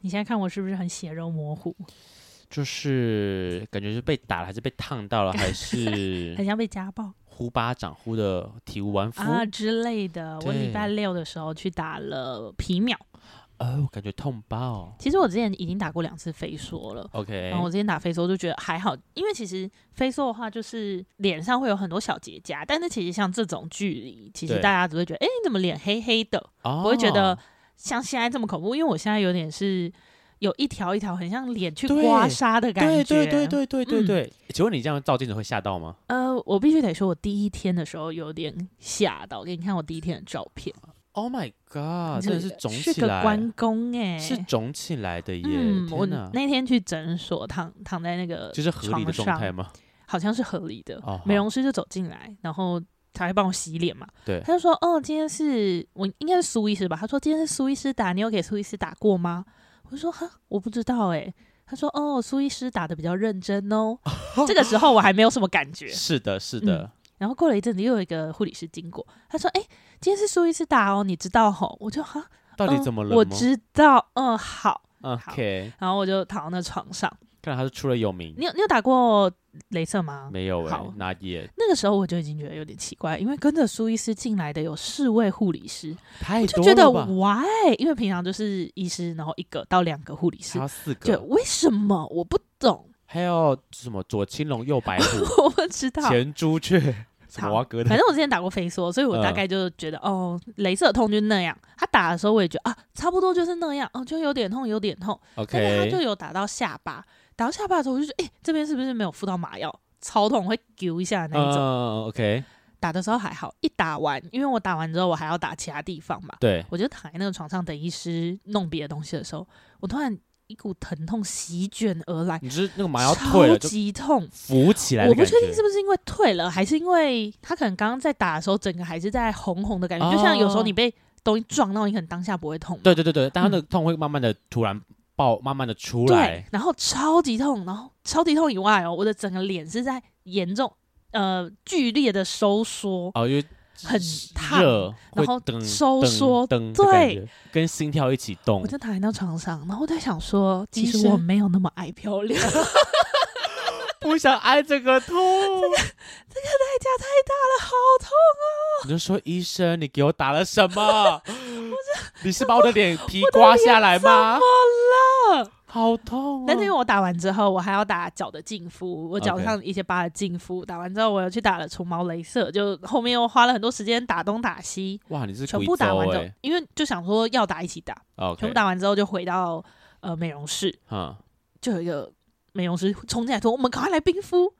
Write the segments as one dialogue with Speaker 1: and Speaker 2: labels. Speaker 1: 你现在看我是不是很血肉模糊，
Speaker 2: 就是感觉是被打了，还是被烫到了，还是
Speaker 1: 很像被家暴
Speaker 2: 呼巴掌呼的体无完肤？
Speaker 1: 啊之类的？我
Speaker 2: 对
Speaker 1: 礼拜六的时候去打了皮秒，
Speaker 2: 哦，感觉痛爆。
Speaker 1: 其实我之前已经打过两次飞梭了。
Speaker 2: OK，
Speaker 1: 然后我之前打飞梭就觉得还好，因为其实飞梭的话就是脸上会有很多小结痂，但是其实像这种距离，其实
Speaker 2: 对
Speaker 1: 大家只会觉得，哎、你怎么脸黑黑的？
Speaker 2: 哦
Speaker 1: 不会觉得像现在这么恐怖，因为我现在有点是有一条一条很像脸去
Speaker 2: 对
Speaker 1: 刮痧的感觉。
Speaker 2: 对对对对对对
Speaker 1: 嗯
Speaker 2: 对。请问你这样照镜子会吓到吗？
Speaker 1: 呃，我必须得说，我第一天的时候有点吓到，给你看我第一天的照片，
Speaker 2: Oh my god！
Speaker 1: 就
Speaker 2: 真的是肿
Speaker 1: 是
Speaker 2: 起
Speaker 1: 个
Speaker 2: 来，
Speaker 1: 关公哎、
Speaker 2: 是肿起来的耶！
Speaker 1: 嗯，我
Speaker 2: 天哪，
Speaker 1: 那天去诊所躺躺在那个
Speaker 2: 这是合理的状态吗？
Speaker 1: 好像是合理的。
Speaker 2: 哦好
Speaker 1: 美容师就走进来，然后他还帮我洗脸嘛。
Speaker 2: 对
Speaker 1: 他就说：“哦，今天是我应该是苏医师吧？”他说：“今天是苏医师打，你有给苏医师打过吗？”我就说：“哈，我不知道哎、他说：“哦，苏医师打的比较认真 哦。”这个时候我还没有什么感觉。
Speaker 2: 是的，是的，
Speaker 1: 然后过了一阵子，又有一个护理师经过，他说：“哎、今天是苏医师打哦，你知道吼？”我就哈，
Speaker 2: 到底
Speaker 1: 嗯
Speaker 2: 怎么了吗？
Speaker 1: 我知道，嗯，好。
Speaker 2: OK，
Speaker 1: 然后我就躺到那床上。
Speaker 2: 看来他是出了有名，
Speaker 1: 你有你有打过镭射吗？
Speaker 2: 没有哎
Speaker 1: 好，
Speaker 2: 那也
Speaker 1: 那个时候我就已经觉得有点奇怪，因为跟着苏医师进来的有四位护理师，
Speaker 2: 太
Speaker 1: 我就
Speaker 2: 多
Speaker 1: 觉得
Speaker 2: 了吧？
Speaker 1: why？因为平常就是医师，然后一个到两个护理师
Speaker 2: 还，有四
Speaker 1: 就
Speaker 2: 个，
Speaker 1: 为什么我不懂，
Speaker 2: 还有什么左青龙右白虎、
Speaker 1: 我不知道。
Speaker 2: 前朱雀， 什么
Speaker 1: 好
Speaker 2: 蛙 哥
Speaker 1: 反
Speaker 2: 的？
Speaker 1: 正我之前打过飞梭，所以我大概就觉得、
Speaker 2: 嗯
Speaker 1: 哦，镭射痛就那样。他打的时候我也觉得啊，差不多就是那样，哦，就有点痛，有点痛。但是他就
Speaker 2: OK，
Speaker 1: 有打到下巴，打到下巴的时候我就觉得，哎、这边是不是没有敷到麻药？超痛，会揪一下的那一种。
Speaker 2: 嗯，OK，
Speaker 1: 打的时候还好，一打完，因为我打完之后我还要打其他地方嘛，
Speaker 2: 对，
Speaker 1: 我就躺在那个床上等医师弄别的东西的时候，我突然一股疼痛席卷而来，
Speaker 2: 你就是那个麻药退
Speaker 1: 超
Speaker 2: 了就
Speaker 1: 级痛。
Speaker 2: 浮起来
Speaker 1: 我
Speaker 2: 的
Speaker 1: 不
Speaker 2: 感觉
Speaker 1: 确，定是不是因为退了，还是因为他可能刚刚在打的时候，整个还是在红红的感觉，
Speaker 2: 哦
Speaker 1: 就像有时候你被东西撞到，你可能当下不会痛嘛。
Speaker 2: 对对对对，但他
Speaker 1: 嗯
Speaker 2: 那个痛会慢慢的突然爆，慢慢的出
Speaker 1: 对
Speaker 2: 来，，
Speaker 1: 然后超级痛，然后超级痛以外哦，我的整个脸是在严重呃剧烈的收缩，
Speaker 2: 哦，因为
Speaker 1: 很烫，
Speaker 2: 热，
Speaker 1: 然
Speaker 2: 会
Speaker 1: 后
Speaker 2: 噔
Speaker 1: 收缩
Speaker 2: 噔，噔的感
Speaker 1: 对
Speaker 2: 觉，跟心跳一起动
Speaker 1: 我。就躺在那床上，然后我在想说，其
Speaker 2: 医
Speaker 1: 实
Speaker 2: 生
Speaker 1: 我没有那么爱漂亮，
Speaker 2: 不想挨这个痛，
Speaker 1: 代价太大了，好痛啊！
Speaker 2: 你就说医生，你给我打了什么？你是把我的脸皮刮下来吗？
Speaker 1: 好了，
Speaker 2: 好痛、哦！
Speaker 1: 但是因为我打完之后，我还要打脚的净肤，我脚
Speaker 2: OK
Speaker 1: 上一些疤的净肤打完之后，我又去打了除毛镭射，就后面又花了很多时间打东打西，
Speaker 2: 哇，你是
Speaker 1: 全
Speaker 2: 贵
Speaker 1: 部打
Speaker 2: 州
Speaker 1: 完之后
Speaker 2: 欸，
Speaker 1: 因为就想说要打一起打，
Speaker 2: ，OK，
Speaker 1: 全部打完之后就回到呃美容室，
Speaker 2: 嗯，
Speaker 1: 就有一个美容师冲进来说：“我们赶快来冰敷。”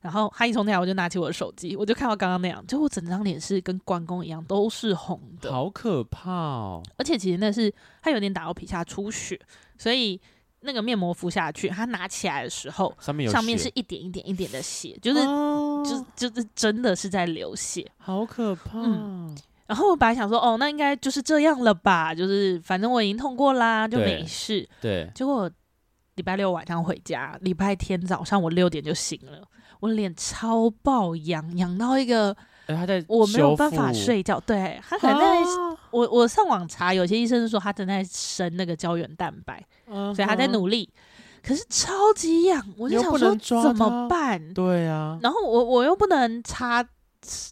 Speaker 1: 然后他一冲进来，我就拿起我的手机，我就看到刚刚那样，就我整张脸是跟关公一样都是红的，
Speaker 2: 好可怕哦！
Speaker 1: 而且其实那是他有点打到皮下出血，所以那个面膜敷下去，他拿起来的时候，
Speaker 2: 上面有
Speaker 1: 上面
Speaker 2: 血
Speaker 1: 是一点一点一点的血，就是、
Speaker 2: 哦
Speaker 1: 就就是真的是在流血。
Speaker 2: 好可怕、
Speaker 1: 嗯然后我本来想说，哦，那应该就是这样了吧，就是反正我已经痛过啦，就
Speaker 2: 对
Speaker 1: 没事。
Speaker 2: 对，
Speaker 1: 结果礼拜六晚上回家，礼拜天早上我六点就醒了，我脸超爆痒，痒到一个
Speaker 2: 哎，他在
Speaker 1: 我没有办法
Speaker 2: 修复
Speaker 1: 睡觉。对他可能在、
Speaker 2: 啊
Speaker 1: 我我上网查，有些医生是说他正在生那个胶原蛋白，
Speaker 2: 嗯
Speaker 1: 所以他在
Speaker 2: 哼
Speaker 1: 努力。可是超级痒，我就
Speaker 2: 又
Speaker 1: 想
Speaker 2: 不
Speaker 1: 说
Speaker 2: 能抓
Speaker 1: 怎么
Speaker 2: 它
Speaker 1: 办？
Speaker 2: 对啊，
Speaker 1: 然后我我又不能擦，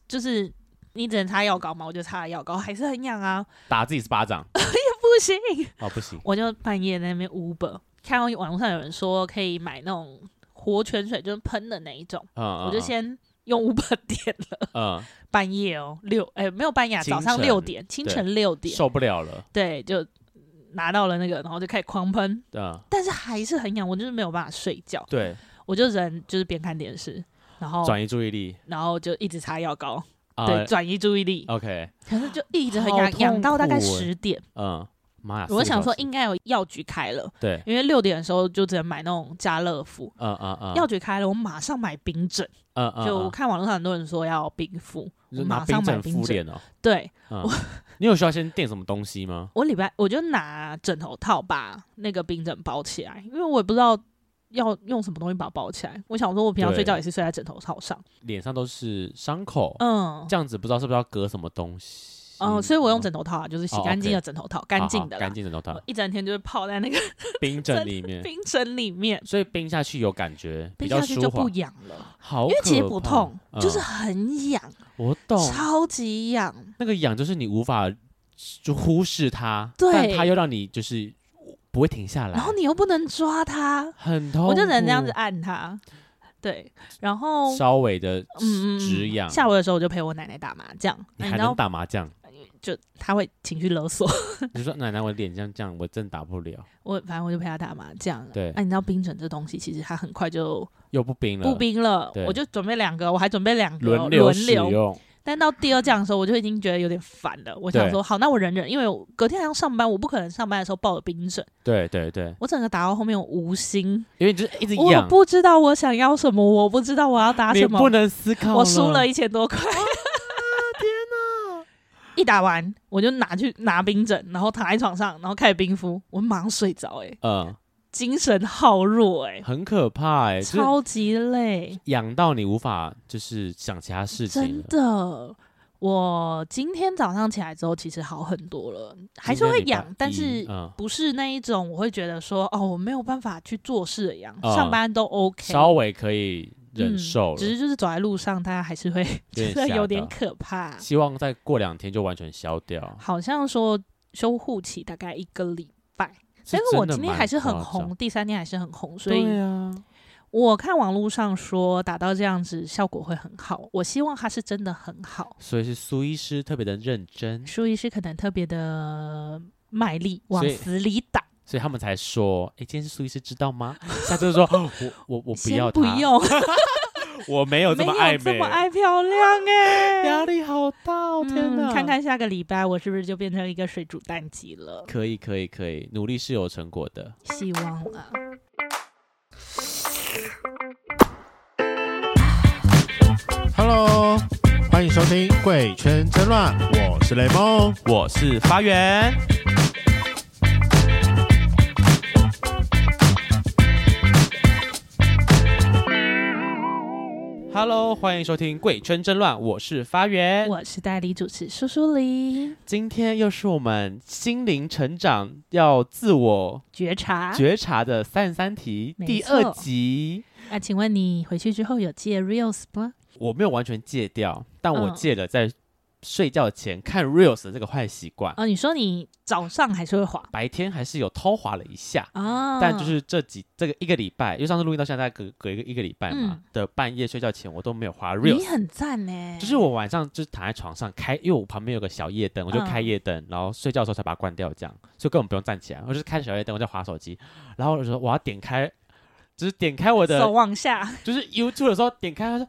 Speaker 1: 就是你只能擦药膏嘛，我就擦了药膏，还是很痒啊，
Speaker 2: 打自己是巴掌
Speaker 1: 不行。
Speaker 2: 哦，不 行，
Speaker 1: 我就半夜在那边 Uber，看到网络上有人说可以买那种活泉水，就是喷的那一种，
Speaker 2: 嗯，
Speaker 1: 我就
Speaker 2: 嗯
Speaker 1: 先用 Uber 点了。
Speaker 2: 嗯
Speaker 1: 半夜哦，六哎、没有半夜啊，
Speaker 2: 清
Speaker 1: 早
Speaker 2: 晨
Speaker 1: 上六点，清晨六点，
Speaker 2: 受不了了，
Speaker 1: 对，就拿到了那个，然后就开始狂喷，
Speaker 2: 嗯，
Speaker 1: 但是还是很痒，我就是没有办法睡觉，
Speaker 2: 对，
Speaker 1: 我就人就是边看电视，然后
Speaker 2: 转移注意力
Speaker 1: 然后就一直擦药膏，
Speaker 2: 啊、
Speaker 1: 哦对，转移注意力，
Speaker 2: OK，
Speaker 1: 可是就一直很
Speaker 2: 好
Speaker 1: 痒，
Speaker 2: 痛
Speaker 1: 痒到大概
Speaker 2: 苦欸
Speaker 1: 十点，
Speaker 2: 嗯，妈呀，
Speaker 1: 我想说
Speaker 2: 应
Speaker 1: 应该有药局开了。
Speaker 2: 对，
Speaker 1: 因为六点的时候就只能买那种家乐福，
Speaker 2: 嗯嗯嗯，
Speaker 1: 药局开了，我马上买冰枕。
Speaker 2: 嗯嗯，
Speaker 1: 就我
Speaker 2: 嗯
Speaker 1: 看网络上很多人说要冰敷，
Speaker 2: 你就
Speaker 1: 我
Speaker 2: 拿
Speaker 1: 马上
Speaker 2: 冰
Speaker 1: 买
Speaker 2: 枕
Speaker 1: 冰
Speaker 2: 敷
Speaker 1: 枕
Speaker 2: 脸哦，
Speaker 1: 对
Speaker 2: 嗯，你有需要先垫什么东西吗？
Speaker 1: 我礼拜我就拿枕头套把那个冰枕包起来，因为我也不知道要用什么东西把它包起来。我想说，我平常
Speaker 2: 对
Speaker 1: 睡觉也是睡在枕头套上，
Speaker 2: 脸上都是伤口，
Speaker 1: 嗯。
Speaker 2: 哦这样子不知道是不是要隔什么东西？哦
Speaker 1: 嗯，所以我用枕头套啊，就是洗干净的枕头套，干净的啦
Speaker 2: 好好干。净嗯枕头套
Speaker 1: 我，一整天就是泡在那个
Speaker 2: 冰枕里面，
Speaker 1: 冰枕里面，
Speaker 2: 所以冰下去有感觉，
Speaker 1: 冰
Speaker 2: 比较
Speaker 1: 下去
Speaker 2: 舒
Speaker 1: 就
Speaker 2: 缓
Speaker 1: 不，痒了，
Speaker 2: 好，
Speaker 1: 因为其实不痛，
Speaker 2: 嗯
Speaker 1: 就是很痒，
Speaker 2: 我懂，
Speaker 1: 超级痒。
Speaker 2: 那个痒就是你无法就忽视它，
Speaker 1: 对
Speaker 2: 但它又让你就是不会停下来，哦
Speaker 1: 然后你又不能抓它，
Speaker 2: 很痛，
Speaker 1: 我就只能这样子，啊按它。对，然后
Speaker 2: 稍微的
Speaker 1: 嗯嗯，
Speaker 2: 止痒，
Speaker 1: 嗯下午的时候我就陪我奶奶打麻将，哎
Speaker 2: 你
Speaker 1: 你知
Speaker 2: 还能
Speaker 1: 道，
Speaker 2: 打 麻将？
Speaker 1: 就她会情绪勒索，
Speaker 2: 你就说奶奶，我脸这样这样，我真打不了，
Speaker 1: 我反正我就陪她打麻将。啊哎
Speaker 2: 对
Speaker 1: 那你知道冰枕这东西，其实它很快就
Speaker 2: 又不冰了，
Speaker 1: 不冰了
Speaker 2: 嗯对，
Speaker 1: 我就准备两个，我还准备两个
Speaker 2: 轮
Speaker 1: 哦
Speaker 2: 流
Speaker 1: 轮
Speaker 2: 使
Speaker 1: 流
Speaker 2: 用，
Speaker 1: 但到第二降的时候，我就已经觉得有点烦了。我想说，好，那我忍忍，因为我隔天还要上班，我不可能上班的时候抱着冰枕。
Speaker 2: 对对对，
Speaker 1: 我整个打到后面我无心，
Speaker 2: 因为你就是一直
Speaker 1: 啊我
Speaker 2: 痒，
Speaker 1: 不知道我想要什么，我不知道我要打
Speaker 2: 你
Speaker 1: 什么
Speaker 2: 不，能思考，
Speaker 1: 我输了，一千多块。天哪！ 一打完我就拿去拿冰枕，然后躺在床上，然后开始冰敷，我马上睡着，哎，
Speaker 2: 嗯，
Speaker 1: 精神耗弱、欸，
Speaker 2: 很可怕哎，
Speaker 1: 哎，
Speaker 2: 就是
Speaker 1: 超级累。
Speaker 2: 痒到你无法就是想其他事情
Speaker 1: 真
Speaker 2: 了，
Speaker 1: 的，我今天早上起来之后，其实好很多了，还是
Speaker 2: 今天
Speaker 1: 会
Speaker 2: 礼拜
Speaker 1: 痒，但
Speaker 2: 一
Speaker 1: 是
Speaker 2: 嗯，
Speaker 1: 不是那一种我会觉得说哦，我没有办法去做事的痒，
Speaker 2: 嗯
Speaker 1: 上班都 OK，
Speaker 2: 稍微可以忍
Speaker 1: 嗯
Speaker 2: 受了，
Speaker 1: 只是就是走在路上，大家还是会 觉
Speaker 2: 点
Speaker 1: 得
Speaker 2: 吓
Speaker 1: 有点
Speaker 2: 到
Speaker 1: 可怕，
Speaker 2: 希望再过两天就完全消掉。
Speaker 1: 好像说修护期大概一个礼拜。但是
Speaker 2: 真
Speaker 1: 我
Speaker 2: 的
Speaker 1: 今天
Speaker 2: 蛮
Speaker 1: 还是很
Speaker 2: 夸张
Speaker 1: 红，，第三天还是很红，所以
Speaker 2: 对啊，
Speaker 1: 我看网络上说打到这样子效果会很好，我希望它是真的很好。
Speaker 2: 所以是苏医师特别的认真，
Speaker 1: 苏医师可能特别的卖力，往
Speaker 2: 所以
Speaker 1: 死里打。
Speaker 2: 所以他们才说，哎，今天是苏医师知道 吗？下次就说，哦我我我不
Speaker 1: 先
Speaker 2: 要
Speaker 1: 不
Speaker 2: 他，
Speaker 1: 用，
Speaker 2: 我 没有这
Speaker 1: 没
Speaker 2: 么
Speaker 1: 有
Speaker 2: 爱
Speaker 1: 这
Speaker 2: 美
Speaker 1: 么，爱漂亮哎、
Speaker 2: 压力好大哦，天
Speaker 1: 嗯
Speaker 2: 哪！
Speaker 1: 看看下个礼拜我是不是就变成一个水煮蛋鸡了？
Speaker 2: 可以可以可以，努力是有成果的。
Speaker 1: 希望啊啦。
Speaker 3: Hello，欢迎收听《贵圈争乱》，我是雷梦。
Speaker 2: 我是发源，Hello，欢迎收听《贵圈争乱》，我是发源。
Speaker 1: 我是代理主持苏苏黎，
Speaker 2: 今天又是我们心灵成长要自我
Speaker 1: 觉察。
Speaker 2: 觉察的三十三题
Speaker 1: 啊没
Speaker 2: 第
Speaker 1: 错
Speaker 2: 二集。
Speaker 1: 那、请问你回去之后有借 reels 吗？
Speaker 2: 我没有完全戒掉，但我
Speaker 1: 嗯
Speaker 2: 戒了在睡觉前看 reels 的这个坏习惯。
Speaker 1: 哦，你说你早上还是会滑
Speaker 2: 白天还是有偷滑了一下，
Speaker 1: 啊？
Speaker 2: 但就是这几这个一个礼拜，因为上次录音到现在隔隔一个一个礼拜嘛、
Speaker 1: 嗯
Speaker 2: 的半夜睡觉前，我都没有滑
Speaker 1: 你
Speaker 2: reels。
Speaker 1: 很赞呢，
Speaker 2: 就是我晚上就是躺在床上开，因为我旁边有个小夜灯，我就
Speaker 1: 嗯
Speaker 2: 开夜灯，然后睡觉的时候才把它关掉，这样，所以根本不用站起来，我就是开小夜灯，我在划手机，然后我就说我要点开，就是点开我
Speaker 1: 手
Speaker 2: 的，
Speaker 1: 往下
Speaker 2: 就是 YouTube 的时候点开，他说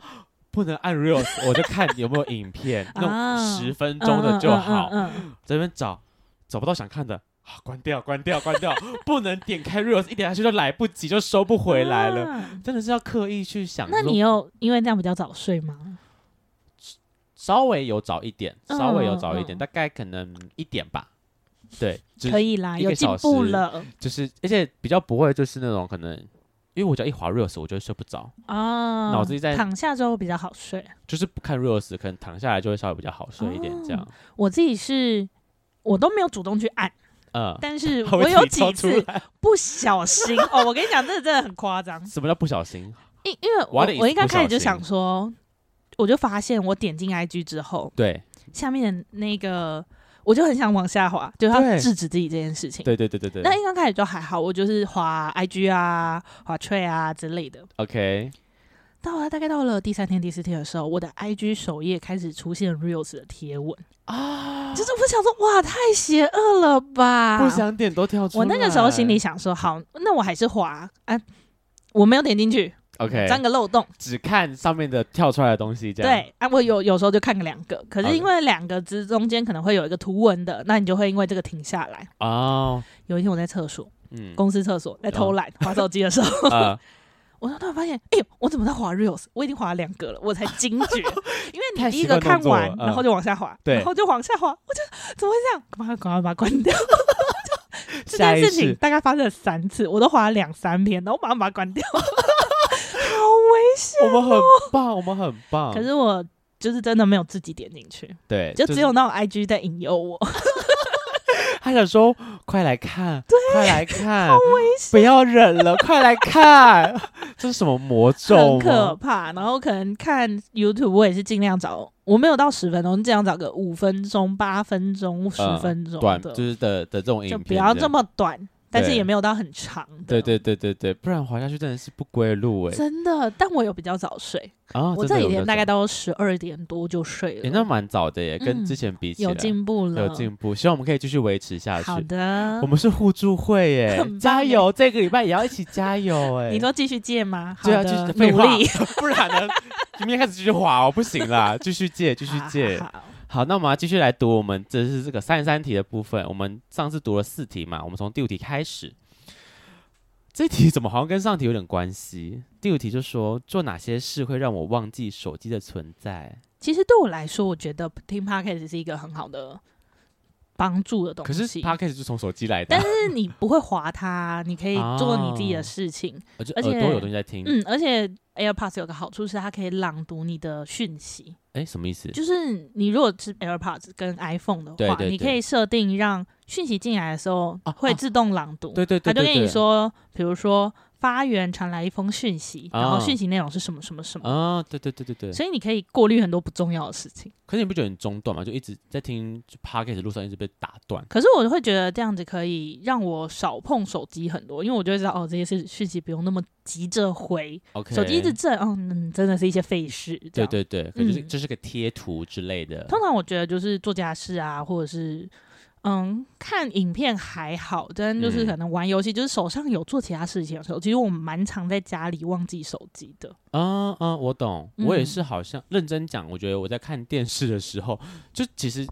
Speaker 2: 不能按 reels，我就看有没有影片，那种
Speaker 1: 啊
Speaker 2: 十分钟的就好，
Speaker 1: 嗯嗯嗯嗯嗯
Speaker 2: 在那边找，找不到想看的，啊、关掉，关掉，关掉， 不能点开 reels，一点下去就来不及，就收不回来了。
Speaker 1: 啊
Speaker 2: 真的是要刻意去想说，
Speaker 1: 那你有因为这样比较早睡吗？
Speaker 2: 稍微有早一点，
Speaker 1: 嗯
Speaker 2: 稍微有早一点，
Speaker 1: 嗯
Speaker 2: 大概可能一点吧。对，就
Speaker 1: 可
Speaker 2: 是
Speaker 1: 以啦，
Speaker 2: 一个
Speaker 1: 有进
Speaker 2: 小时
Speaker 1: 步了
Speaker 2: 就是，而且比较不会就是那种可能，因为我只要一滑 reels，我就会睡不着，
Speaker 1: 啊。
Speaker 2: 脑子一在
Speaker 1: 躺下之后比较好睡。
Speaker 2: 就是不看 reels，可能躺下来就会稍微比较好睡一点这样。
Speaker 1: 我自己是。我都没有主动去按，
Speaker 2: 嗯，
Speaker 1: 啊但 是
Speaker 2: 会
Speaker 1: 我有
Speaker 2: 自己
Speaker 1: 几
Speaker 2: 跳出
Speaker 1: 次
Speaker 2: 来
Speaker 1: 不小心哦，我跟你讲，这个真的很夸张，
Speaker 2: 什么叫不小心？
Speaker 1: 因因为
Speaker 2: 我
Speaker 1: 我
Speaker 2: 的意思
Speaker 1: 我一刚
Speaker 2: 不小
Speaker 1: 开始就
Speaker 2: 心
Speaker 1: 想说，我就发现我点进 IG 之后，
Speaker 2: 对，
Speaker 1: 下面的那个我就很想往下滑，就是要
Speaker 2: 对
Speaker 1: 制止自己这件事情。
Speaker 2: 对对对对
Speaker 1: 那
Speaker 2: 对。
Speaker 1: 一刚开始就还好，我就是滑 IG 啊、滑 t r e 啊之类的，
Speaker 2: OK，
Speaker 1: 到了大概到了第三天、第四天的时候，我的 IG 首页开始出现 Reels 的贴文啊，就是我想说，哇，太邪恶了吧！
Speaker 2: 不想点都跳出
Speaker 1: 我那个时候心里
Speaker 2: 来
Speaker 1: 想说，好，那我还是滑啊，我没有点进去，
Speaker 2: OK，
Speaker 1: 钻个漏洞。
Speaker 2: 只看上面的跳出来的东西，这样
Speaker 1: 对啊，我有有时候就看个两个，可是
Speaker 2: OK
Speaker 1: 因为两个之中间可能会有一个图文的，那你就会因为这个停下来。
Speaker 2: 哦，
Speaker 1: 有一天我在厕所，
Speaker 2: 嗯，
Speaker 1: 公司厕所在偷懒滑手机的时候，
Speaker 2: 呃，
Speaker 1: 我突然发现，哎、呦，我怎么在滑 reels？我已经滑了两个了，我才惊 觉，因为
Speaker 2: 太
Speaker 1: 你第一
Speaker 2: 习
Speaker 1: 个
Speaker 2: 惯
Speaker 1: 看
Speaker 2: 动作
Speaker 1: 完
Speaker 2: 了，嗯
Speaker 1: 然后就往下滑，
Speaker 2: 对
Speaker 1: 然后就往下滑，我就怎么会这样？赶快赶快把它关 掉。 这
Speaker 2: 下
Speaker 1: 件
Speaker 2: 意
Speaker 1: 事情
Speaker 2: 识
Speaker 1: 大概发生了三次，我都滑了两三篇，然后马上把它 关掉，好危险。
Speaker 2: 我们很棒，我们很棒。
Speaker 1: 哦可是我就是真的没有自己点进去，
Speaker 2: 对，
Speaker 1: 就是只有那种 IG 在引诱我。
Speaker 2: 他想说，快来看，快 来看，不要忍了，快来看， 这是什么魔咒
Speaker 1: 很可
Speaker 2: 吗？
Speaker 1: 怕。然后可能看 YouTube，我也是尽量找，我没有到十分钟，尽量找个五分钟、八分钟、十分钟
Speaker 2: 呃短
Speaker 1: 的，
Speaker 2: 就是的的这种影
Speaker 1: 就
Speaker 2: 片，
Speaker 1: 不要这
Speaker 2: 么。
Speaker 1: 么短，但是
Speaker 2: 对
Speaker 1: 也没有到很长的。
Speaker 2: 对对对对对，不然滑下去真的是不归路哎、
Speaker 1: 真的。但我有比较早睡，
Speaker 2: 啊，
Speaker 1: 我
Speaker 2: 真
Speaker 1: 这
Speaker 2: 的
Speaker 1: 几
Speaker 2: 有
Speaker 1: 天
Speaker 2: 那
Speaker 1: 大概
Speaker 2: 种
Speaker 1: 到十二点多就睡
Speaker 2: 诶
Speaker 1: 了，
Speaker 2: 那蛮早的耶，跟
Speaker 1: 嗯
Speaker 2: 之前比起来
Speaker 1: 有进步了，
Speaker 2: 有进步，希望我们可以继续维持下去。
Speaker 1: 好的
Speaker 2: 我，们是互助会耶
Speaker 1: 嗯很，棒
Speaker 2: 加
Speaker 1: 耶
Speaker 2: 油！这个礼拜也要一起加油哎。
Speaker 1: 你说继续戒吗？好
Speaker 2: 对啊，
Speaker 1: 的
Speaker 2: 就是废
Speaker 1: 努
Speaker 2: 话
Speaker 1: 力，，
Speaker 2: 不然呢？明天开始继续滑哦，不行啦，继续借，继续借。
Speaker 1: 好好好
Speaker 2: 好，那我们要继续来读我们这是这个三十三题的部分。我们上次读了四题嘛，我们从第五题开始。这题怎么好像跟上题有点关系？第五题就说做哪些事会让我忘记手机的存在？
Speaker 1: 其实对我来说，我觉得听 podcast 是一个很好的帮助的东
Speaker 2: 可
Speaker 1: 西。
Speaker 2: 是 podcast 就从手机来的啊
Speaker 1: 但，是你不会划它，你可以做你自
Speaker 2: 哦
Speaker 1: 己的事情。
Speaker 2: 我就
Speaker 1: 而
Speaker 2: 耳
Speaker 1: 且
Speaker 2: 朵有东西在听。
Speaker 1: 嗯，而且 AirPods 有个好处是它可以朗读你的讯息，
Speaker 2: 哎，什么意 思？
Speaker 1: 就是你如果是 AirPods 跟 iPhone 的话，
Speaker 2: 对对对
Speaker 1: 你可以设定让讯息进来的时候
Speaker 2: 啊
Speaker 1: 会
Speaker 2: 啊
Speaker 1: 自动朗读。
Speaker 2: 对对
Speaker 1: 它
Speaker 2: 对
Speaker 1: 就跟
Speaker 2: 对
Speaker 1: 你
Speaker 2: 对
Speaker 1: 说，比如说发源传来一封讯息，然后讯息内容是什么什么什么，
Speaker 2: 啊，对对对对对。
Speaker 1: 所以你可以过滤很多不重要的事情。
Speaker 2: 可是你不觉得很中断吗？就一直在听 podcast 的路上一直被打断。
Speaker 1: 可是我会觉得这样子可以让我少碰手机很多，因为我就会知道哦，这些是讯息不用那么急着回，
Speaker 2: OK，
Speaker 1: 手机一直震，哦，嗯，真的是一些费事。这
Speaker 2: 对
Speaker 1: 样，
Speaker 2: 对对，可能就是
Speaker 1: 嗯
Speaker 2: 就是个贴图之类的。
Speaker 1: 通常我觉得就是做家事啊，或者是嗯看影片还好，但就是
Speaker 2: 嗯
Speaker 1: 可能玩游戏，就是手上有做其他事情的时候，其实我们蛮常在家里忘记手机的。
Speaker 2: 啊啊，我懂，我也
Speaker 1: 嗯
Speaker 2: 是，好像认真讲，我觉得我在看电视的时候，就其实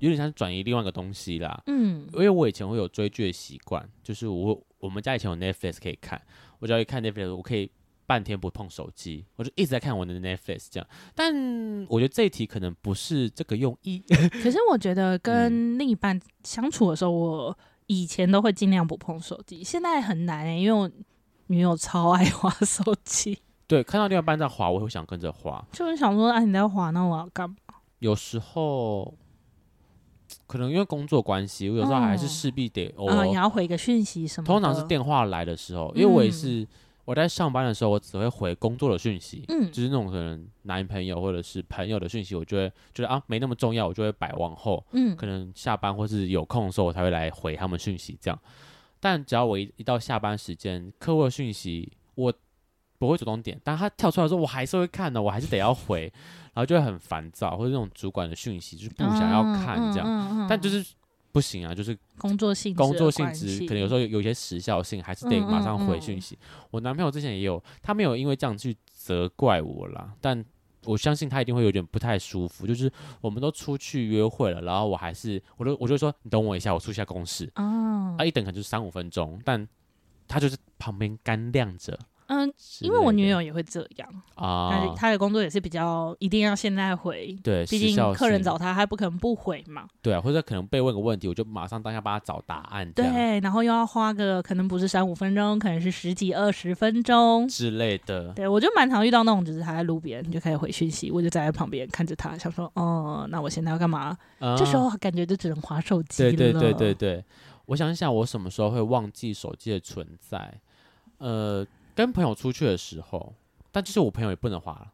Speaker 2: 有点像是转移另外一个东西啦。
Speaker 1: 嗯
Speaker 2: 因为我以前会有追剧的习惯，就是我我们家以前有 Netflix 可以看，我只要一看 Netflix，我可以半天不碰手机，我就一直在看我的 Netflix 这样。但我觉得这一题可能不是这个用意
Speaker 1: 可是我觉
Speaker 2: 嗯
Speaker 1: 得跟另一半相处的时候，我以前都会尽量不碰手机，现在很难、欸，因为我女友超爱滑手机，
Speaker 2: 对，看到另外一半在滑，我会想跟着滑。
Speaker 1: 就是想说啊你在滑，那我要干嘛？
Speaker 2: 有时候可能因为工作关系，我有时候还是
Speaker 1: 哦
Speaker 2: 势必得偶
Speaker 1: 啊、
Speaker 2: 尔
Speaker 1: 你要回个讯息什么的？嗯
Speaker 2: 通常是电话来的时候，因为我也是我在上班的时候，我只会回工作的讯息，
Speaker 1: 嗯
Speaker 2: 就是那种可能男朋友或者是朋友的讯息，我就会觉得啊没那么重要，我就会摆往后，
Speaker 1: 嗯
Speaker 2: 可能下班或是有空的时候我才会来回他们讯息这样。但只要我一一到下班时间，客户的讯息我不会主动点，但他跳出来说我还是会看的，我还是得要回，然后就会很烦躁，或者那种主管的讯息就是不想要看这样，
Speaker 1: 嗯嗯嗯
Speaker 2: 但就是不行啊，就是
Speaker 1: 工作性质的
Speaker 2: 工作性
Speaker 1: 关
Speaker 2: 质
Speaker 1: 系
Speaker 2: 可能有时候有有一些时效性，还是得
Speaker 1: 嗯
Speaker 2: 马
Speaker 1: 嗯
Speaker 2: 上回
Speaker 1: 嗯
Speaker 2: 讯息。我男朋友之前也有，他没有因为这样去责怪我啦，但我相信他一定会有点不太舒服。就是我们都出去约会了，然后我还是我就我就说你等我一下，我出一下公事。
Speaker 1: 啊
Speaker 2: 啊，，一等可能就是三五分钟，但他就是旁边干晾着
Speaker 1: 嗯，
Speaker 2: 之类的。
Speaker 1: 因为我女友也会这样，她
Speaker 2: 啊
Speaker 1: 的，她的工作也是比较一定要现在回，
Speaker 2: 对，
Speaker 1: 毕
Speaker 2: 时
Speaker 1: 竟
Speaker 2: 效
Speaker 1: 客人
Speaker 2: 性
Speaker 1: 找她，她不可能不回嘛。
Speaker 2: 对啊，或者可能被问个问题，我就马上当下帮他找答案，这样
Speaker 1: 对，然后又要花个可能不是三五分钟，可能是十几二十分钟。
Speaker 2: 之类的。
Speaker 1: 对，我就蛮常遇到那种，就是她在路边就开始回讯息，我就站在旁边看着她，想说，哦，那我现在要干嘛？这时
Speaker 2: 啊
Speaker 1: 候感觉就只能划手机
Speaker 2: 对
Speaker 1: 了。
Speaker 2: 对对对对，我想一想，我什么时候会忘记手机的存在？呃，跟朋友出去的时候，但就是我朋友也不能滑，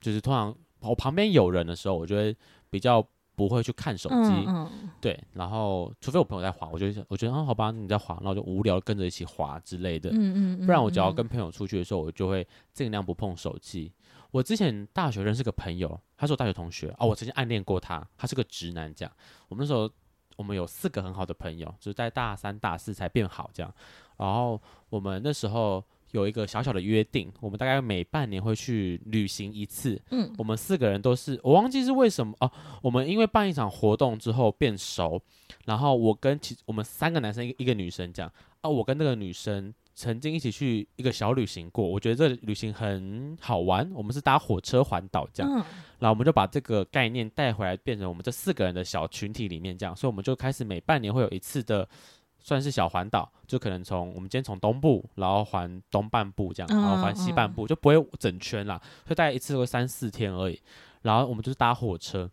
Speaker 2: 就是通常我旁边有人的时候，我就会比较不会去看手机，
Speaker 1: 嗯嗯，
Speaker 2: 对，然后除非我朋友在滑，我就会想我觉得啊，好吧，你在滑，然后我就无聊跟着一起滑之类的。
Speaker 1: 嗯嗯，
Speaker 2: 不然我只要
Speaker 1: 嗯
Speaker 2: 跟朋友出去的时候，我就会尽量不碰手机。我之前大学认识个朋友，他是我大学同学哦，我曾经暗恋过他，他是个直男这样。我们那时候我们有四个很好的朋友，就是在大三大四才变好这样。然后我们那时候有一个小小的约定，我们大概每半年会去旅行一次。
Speaker 1: 嗯
Speaker 2: 我们四个人都是我忘记是为什么哦，我们因为办一场活动之后变熟，然后我跟其我们三个男生一个一个女生这样啊，我跟那个女生曾经一起去一个小旅行过，我觉得这旅行很好玩，我们是搭火车环岛这样。
Speaker 1: 嗯
Speaker 2: 然后我们就把这个概念带回来，变成我们这四个人的小群体里面这样，所以我们就开始每半年会有一次的，算是小环岛，就可能从我们今天从东部，然后环东半部这样，
Speaker 1: 嗯
Speaker 2: 然后环西半部，就不会整圈啦，所以大概一次会三四天而已。然后我们就是搭火车，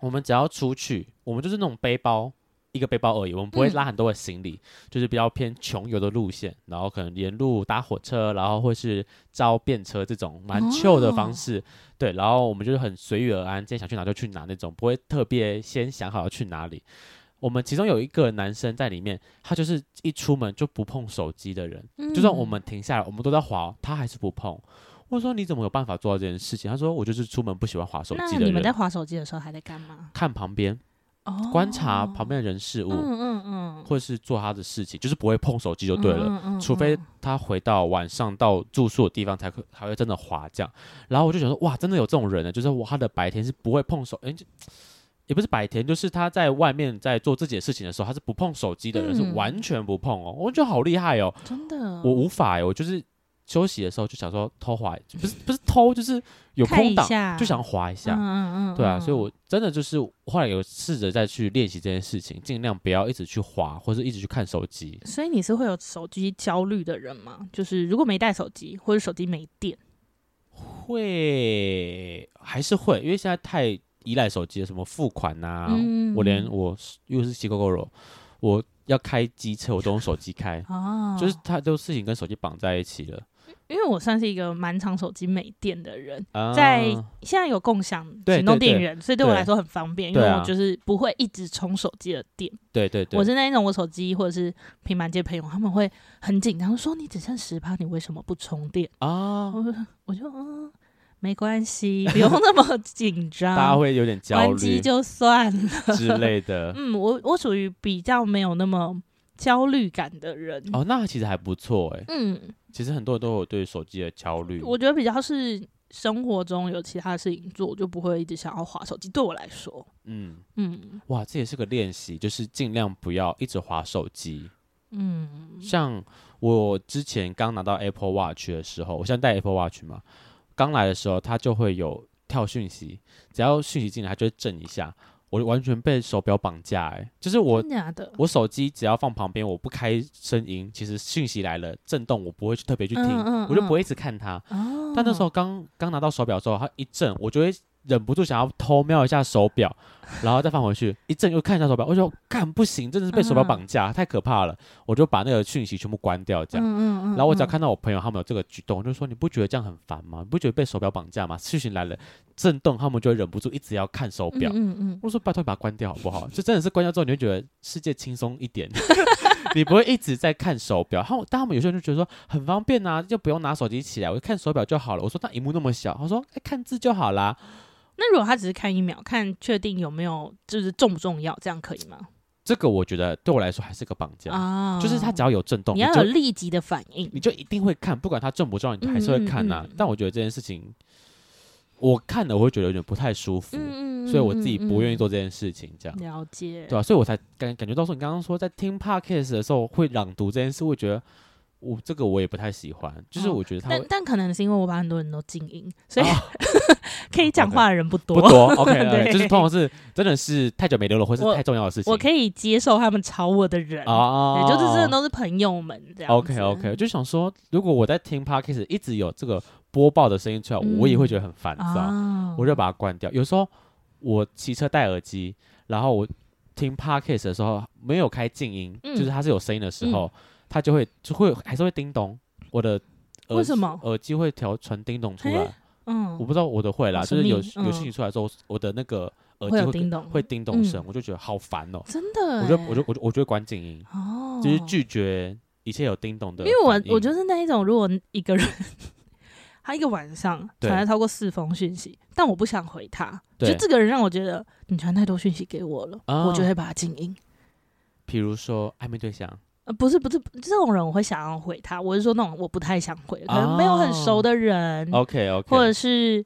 Speaker 2: 我们只要出去，我们就是那种背包一个背包而已，我们不会
Speaker 1: 嗯
Speaker 2: 拉很多的行李，就是比较偏穷游的路线，然后可能沿路搭火车，然后或是招便车这种
Speaker 1: 哦
Speaker 2: 蛮 chill 的方式，对，然后我们就是很随遇而安，今天想去哪就去哪那种，不会特别先想好要去哪里。我们其中有一个男生在里面，他就是一出门就不碰手机的人，
Speaker 1: 嗯
Speaker 2: 就算我们停下来，我们都在滑，他还是不碰。我说你怎么有办法做到这件事情？他说我就是出门不喜欢滑手
Speaker 1: 那
Speaker 2: 机的
Speaker 1: 你们在
Speaker 2: 人，
Speaker 1: 划手机的时候还在干嘛？
Speaker 2: 看旁边，
Speaker 1: 哦
Speaker 2: 观察旁边的人事物，
Speaker 1: 嗯嗯嗯，
Speaker 2: 或是做他的事情，就是不会碰手机就对了。
Speaker 1: 嗯，嗯
Speaker 2: 除非他回到晚上到住宿的地方才会才会真的滑这样。然后我就想说，哇，真的有这种人呢，就是哇，他的白天是不会碰手，哎、这也不是白天，就是他在外面在做自己的事情的时候，他是不碰手机的人，
Speaker 1: 嗯
Speaker 2: 是完全不碰哦。我觉得好厉害哦，
Speaker 1: 嗯真的，
Speaker 2: 我无法哎，我就是休息的时候就想说偷滑，不是不是偷，就是有
Speaker 1: 看
Speaker 2: 空
Speaker 1: 一
Speaker 2: 档
Speaker 1: 下
Speaker 2: 就想滑一下。
Speaker 1: 嗯嗯嗯，
Speaker 2: 对啊，所以
Speaker 1: 嗯
Speaker 2: 我真的就是后来有试着再去练习这件事情，尽量不要一直去滑，或是一直去看手机。
Speaker 1: 所以你是会有手机焦虑的人吗？就是如果没带手机，或者手机没电，
Speaker 2: 会还是会，因为现在太依赖手机了，什么付款呐、
Speaker 1: 嗯，
Speaker 2: 啊我连我又是骑 GoGo 我要开机车我都用手机开
Speaker 1: 哦，
Speaker 2: 就是它都事情跟手机绑在一起了。
Speaker 1: 因为我算是一个蛮常手机没电的人，
Speaker 2: 啊
Speaker 1: 在现在有共享
Speaker 2: 对
Speaker 1: 行动
Speaker 2: 对
Speaker 1: 电
Speaker 2: 对
Speaker 1: 源，所以对我来说很方便，因
Speaker 2: 对
Speaker 1: 为
Speaker 2: 啊
Speaker 1: 我就是不会一直充手机的电。
Speaker 2: 对对对，
Speaker 1: 我是那一种，我手机或者是平板界朋友，他们会很紧张，说你只剩十趴，你为什么不充电？
Speaker 2: 啊，
Speaker 1: 我就我就嗯，没关系，不用那么紧
Speaker 2: 大家
Speaker 1: 张，
Speaker 2: 会有点焦
Speaker 1: 啊关机
Speaker 2: 虑
Speaker 1: 就算了。
Speaker 2: 之类的。
Speaker 1: 嗯，我我属于比较没有那么焦虑感的人。
Speaker 2: 哦，那其实还不错哎。
Speaker 1: 嗯，
Speaker 2: 其实很多人都有对手机的焦虑，
Speaker 1: 我觉得比较是生活中有其他的事情做，我就不会一直想要划手机。对我来说，
Speaker 2: 嗯，
Speaker 1: 嗯
Speaker 2: 哇，这也是个练习，就是尽量不要一直划手机。
Speaker 1: 嗯，
Speaker 2: 像我之前刚拿到 Apple Watch 的时候，我现在戴 Apple Watch 嘛，刚来的时候它就会有跳讯息，只要讯息进来，它就会震一下。我完全被手表绑架、欸，就是我
Speaker 1: 真假的，
Speaker 2: 我手机只要放旁边，我不开声音，其实讯息来了震动，我不会去特别去听，
Speaker 1: 嗯嗯
Speaker 2: 我就
Speaker 1: 嗯
Speaker 2: 不会一直看它。
Speaker 1: 哦
Speaker 2: 但那时候刚刚拿到手表的时候，它一震，我就会忍不住想要偷瞄一下手表，然后再放回去，一震又看一下手表，我就说干不行，真的是被
Speaker 1: 嗯
Speaker 2: 手表绑架，太可怕了，我就把那个讯息全部关掉，这样。
Speaker 1: 嗯嗯嗯，
Speaker 2: 然后我只要
Speaker 1: 嗯
Speaker 2: 看到我朋友他们有这个举动，我就说你不觉得这样很烦吗？你不觉得被手表绑架吗？事情来了，震动，他们就会忍不住一直要看手表。
Speaker 1: 嗯嗯
Speaker 2: 我说拜托你把它关掉好不好？就真的是关掉之后，你会觉得世界轻松一点， 你不会一直在看手表。他们但他们有些人就觉得说很方便啊，就不用拿手机起来，我就看手表就好了。我说那荧幕那么小，他说哎、看字就好啦。
Speaker 1: 嗯。那如果他只是看一秒，看确定有没有就是重不重要，这样可以吗？
Speaker 2: 这个我觉得对我来说还是个绑架，
Speaker 1: 啊，
Speaker 2: 就是他只要有震动，
Speaker 1: 你
Speaker 2: 你
Speaker 1: 要有
Speaker 2: 就
Speaker 1: 立即的反应
Speaker 2: 你。就一定会看，不管它重不重要，你还是会看呐、
Speaker 1: 嗯嗯嗯
Speaker 2: 但我觉得这件事情，我看了我会觉得有点不太舒服，
Speaker 1: 嗯嗯，
Speaker 2: 所以我自己不愿意
Speaker 1: 做。
Speaker 2: 做这件事情，这样。
Speaker 1: 了解，
Speaker 2: 对啊，所以我才感感觉到说，你刚刚说在听 podcast 的时候会朗读这件事，我觉得我这个我也不太喜欢，就是
Speaker 1: 哦
Speaker 2: 我觉得他
Speaker 1: 但
Speaker 2: 会
Speaker 1: 但可能是因为我把很多人都静音，所以、
Speaker 2: 哦
Speaker 1: 可以讲话的人不多。
Speaker 2: 不 多 OK，呃
Speaker 1: 对
Speaker 2: 就是通常是真的是太久没联络或是
Speaker 1: 我
Speaker 2: 太重要的事情，
Speaker 1: 我可以接受他们吵我的人，
Speaker 2: 啊，
Speaker 1: 也就是真的都是朋友们这样子。
Speaker 2: OK OK，就想说如果我在听 podcast 一直有这个播报的声音出来，我也会觉得很烦躁，
Speaker 1: 啊，
Speaker 2: 我就把它关掉。有时候我骑车戴耳机，然后我听 podcast 的时候没有开静音，
Speaker 1: 嗯
Speaker 2: 就是它是有声音的时候，它就会就会还是会叮咚，我的耳
Speaker 1: 为什么
Speaker 2: 耳机会调传叮咚出来
Speaker 1: 诶？嗯，
Speaker 2: 我不知道我的会啦，
Speaker 1: 好
Speaker 2: 就
Speaker 1: 神
Speaker 2: 是
Speaker 1: 秘
Speaker 2: 有
Speaker 1: 嗯
Speaker 2: 有信息出来之后，我的那个耳
Speaker 1: 会有
Speaker 2: 机会
Speaker 1: 叮咚
Speaker 2: 会叮咚声
Speaker 1: 嗯，
Speaker 2: 我就觉得好烦哦，
Speaker 1: 真的欸、
Speaker 2: 我就我就我就我就会关静音，
Speaker 1: 哦，
Speaker 2: 就是拒绝一切有叮咚的
Speaker 1: 因
Speaker 2: 反应，
Speaker 1: 为我我就是那一种，如果一个人他一个晚上
Speaker 2: 对
Speaker 1: 传了超过四封讯息，但我不想回他，就
Speaker 2: 对
Speaker 1: 这个人让我觉得你传太多讯息给我了，
Speaker 2: 啊
Speaker 1: 我就会把它静音。
Speaker 2: 比如说暧昧对象，
Speaker 1: 呃，不是不是，这种人我会想要回他，我是说那种我不太想回，可能没有很熟的人，
Speaker 2: 啊，OK OK，
Speaker 1: 嗯或者是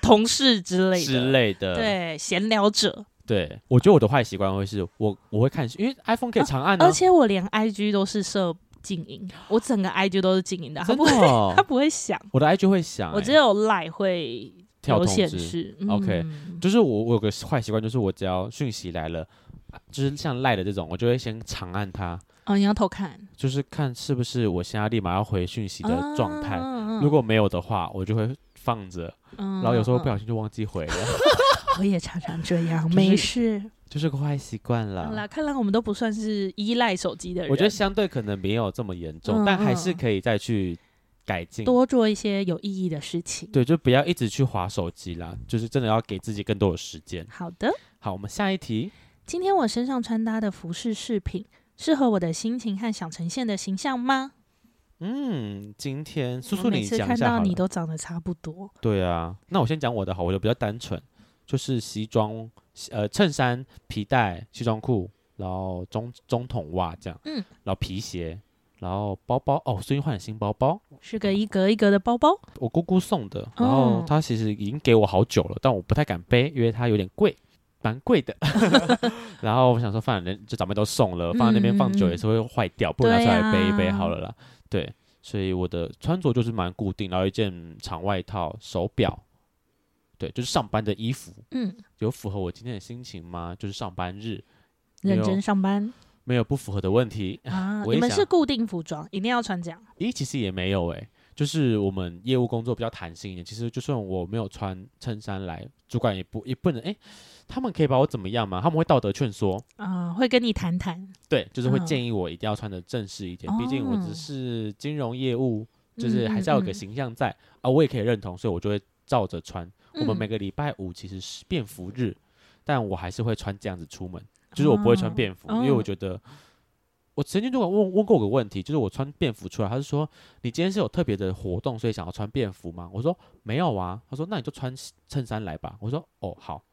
Speaker 1: 同事之类的
Speaker 2: 之类的，。
Speaker 1: 对，闲聊者。
Speaker 2: 对，我觉得我的坏习惯会是我我会看，因为 iPhone 可以长按、啊
Speaker 1: 而且我连 IG 都是设静音，我整个 IG 都是静音的，它
Speaker 2: 真
Speaker 1: 不
Speaker 2: 的
Speaker 1: 会，
Speaker 2: 哦、
Speaker 1: 它不会响。
Speaker 2: 我的 IG 会响、
Speaker 1: 我只
Speaker 2: 欸
Speaker 1: 有赖会
Speaker 2: 跳
Speaker 1: 有
Speaker 2: 通
Speaker 1: 显
Speaker 2: 知，
Speaker 1: 示。
Speaker 2: OK
Speaker 1: 嗯
Speaker 2: 就是我我有个坏习惯，就是我只要讯息来了，啊就是像赖的这种，我就会先长按它，
Speaker 1: 哦，你要偷看
Speaker 2: 就是看是不是我现在立马要回讯息的状态。
Speaker 1: 啊
Speaker 2: 如果没有的话，我就会放着，
Speaker 1: 嗯，
Speaker 2: 然后有时候不
Speaker 1: 嗯
Speaker 2: 小心就忘记回了，
Speaker 1: 我也常常这样，
Speaker 2: 就是啊
Speaker 1: 没事。
Speaker 2: 就是个坏习惯 啦。
Speaker 1: 好啦，看来我们都不算是依赖手机的人，
Speaker 2: 我觉得相对可能没有这么严重，
Speaker 1: 嗯
Speaker 2: 但还是
Speaker 1: 嗯
Speaker 2: 可以再去改进。
Speaker 1: 多做一些有意义的事情。
Speaker 2: 对，就不要一直去划手机啦，就是真的要给自己更多的时间。
Speaker 1: 好的，
Speaker 2: 好，我们下一题。
Speaker 1: 今天我身上穿搭的服饰饰品适合我的心情和想呈现的形象吗？
Speaker 2: 嗯，今天苏
Speaker 1: 我
Speaker 2: 苏
Speaker 1: 每
Speaker 2: 你
Speaker 1: 次
Speaker 2: 讲一
Speaker 1: 看
Speaker 2: 下
Speaker 1: 到
Speaker 2: 好
Speaker 1: 你
Speaker 2: 了。
Speaker 1: 都长得差不多，
Speaker 2: 对啊，那我先讲我的好，我的比较单纯，就是西装，西呃，衬衫、皮带、西装裤，然后中中筒袜这样，
Speaker 1: 嗯
Speaker 2: 然后皮鞋，然后包包。哦，最近换了新包包，
Speaker 1: 是个一格一格的包包。
Speaker 2: 我姑姑送的，然后
Speaker 1: 哦
Speaker 2: 她其实已经给我好久了，但我不太敢背，因为它有点贵，蛮贵的。 然后我想说，反正这长辈都送了，放在那边放久
Speaker 1: 嗯嗯
Speaker 2: 也是会坏掉，不如拿
Speaker 1: 对
Speaker 2: 出来背一背
Speaker 1: 啊
Speaker 2: 好了啦。对，所以我的穿着就是蛮固定，然后一件长外套、手表，对，就是上班的衣服，
Speaker 1: 嗯，
Speaker 2: 有符合我今天的心情吗？就是上班日，没
Speaker 1: 认
Speaker 2: 有
Speaker 1: 真上 班
Speaker 2: 没有不符合的问题。
Speaker 1: 啊！
Speaker 2: 哎我
Speaker 1: 你
Speaker 2: 也
Speaker 1: 们
Speaker 2: 想
Speaker 1: 是固定服装，一定要穿这样。
Speaker 2: 咦，其实也没有诶、就是我们业务工作比较弹性一点。其实就算我没有穿衬衫来，主管也不也不能诶、他们可以把我怎么样吗？他们会道德劝说，
Speaker 1: 啊、会跟你谈谈，
Speaker 2: 对，就是会
Speaker 1: 嗯
Speaker 2: 建议我一定要穿的正式一点。毕竟我只
Speaker 1: 哦
Speaker 2: 是金融业务，就是还是要有个
Speaker 1: 嗯、
Speaker 2: 形象在、啊，我也可以认同，所以我就会照着穿。
Speaker 1: 嗯
Speaker 2: 我们每个礼拜五其实是便服日，但我还是会穿这样子出门，就是我不会穿
Speaker 1: 哦
Speaker 2: 便服，因为我
Speaker 1: 哦
Speaker 2: 觉得。我曾经就问问过我个问题，就是我穿便服出来，他是说你今天是有特别的活动，所以想要穿便服吗？我说没有啊。他说那你就穿衬衫来吧。我说哦好，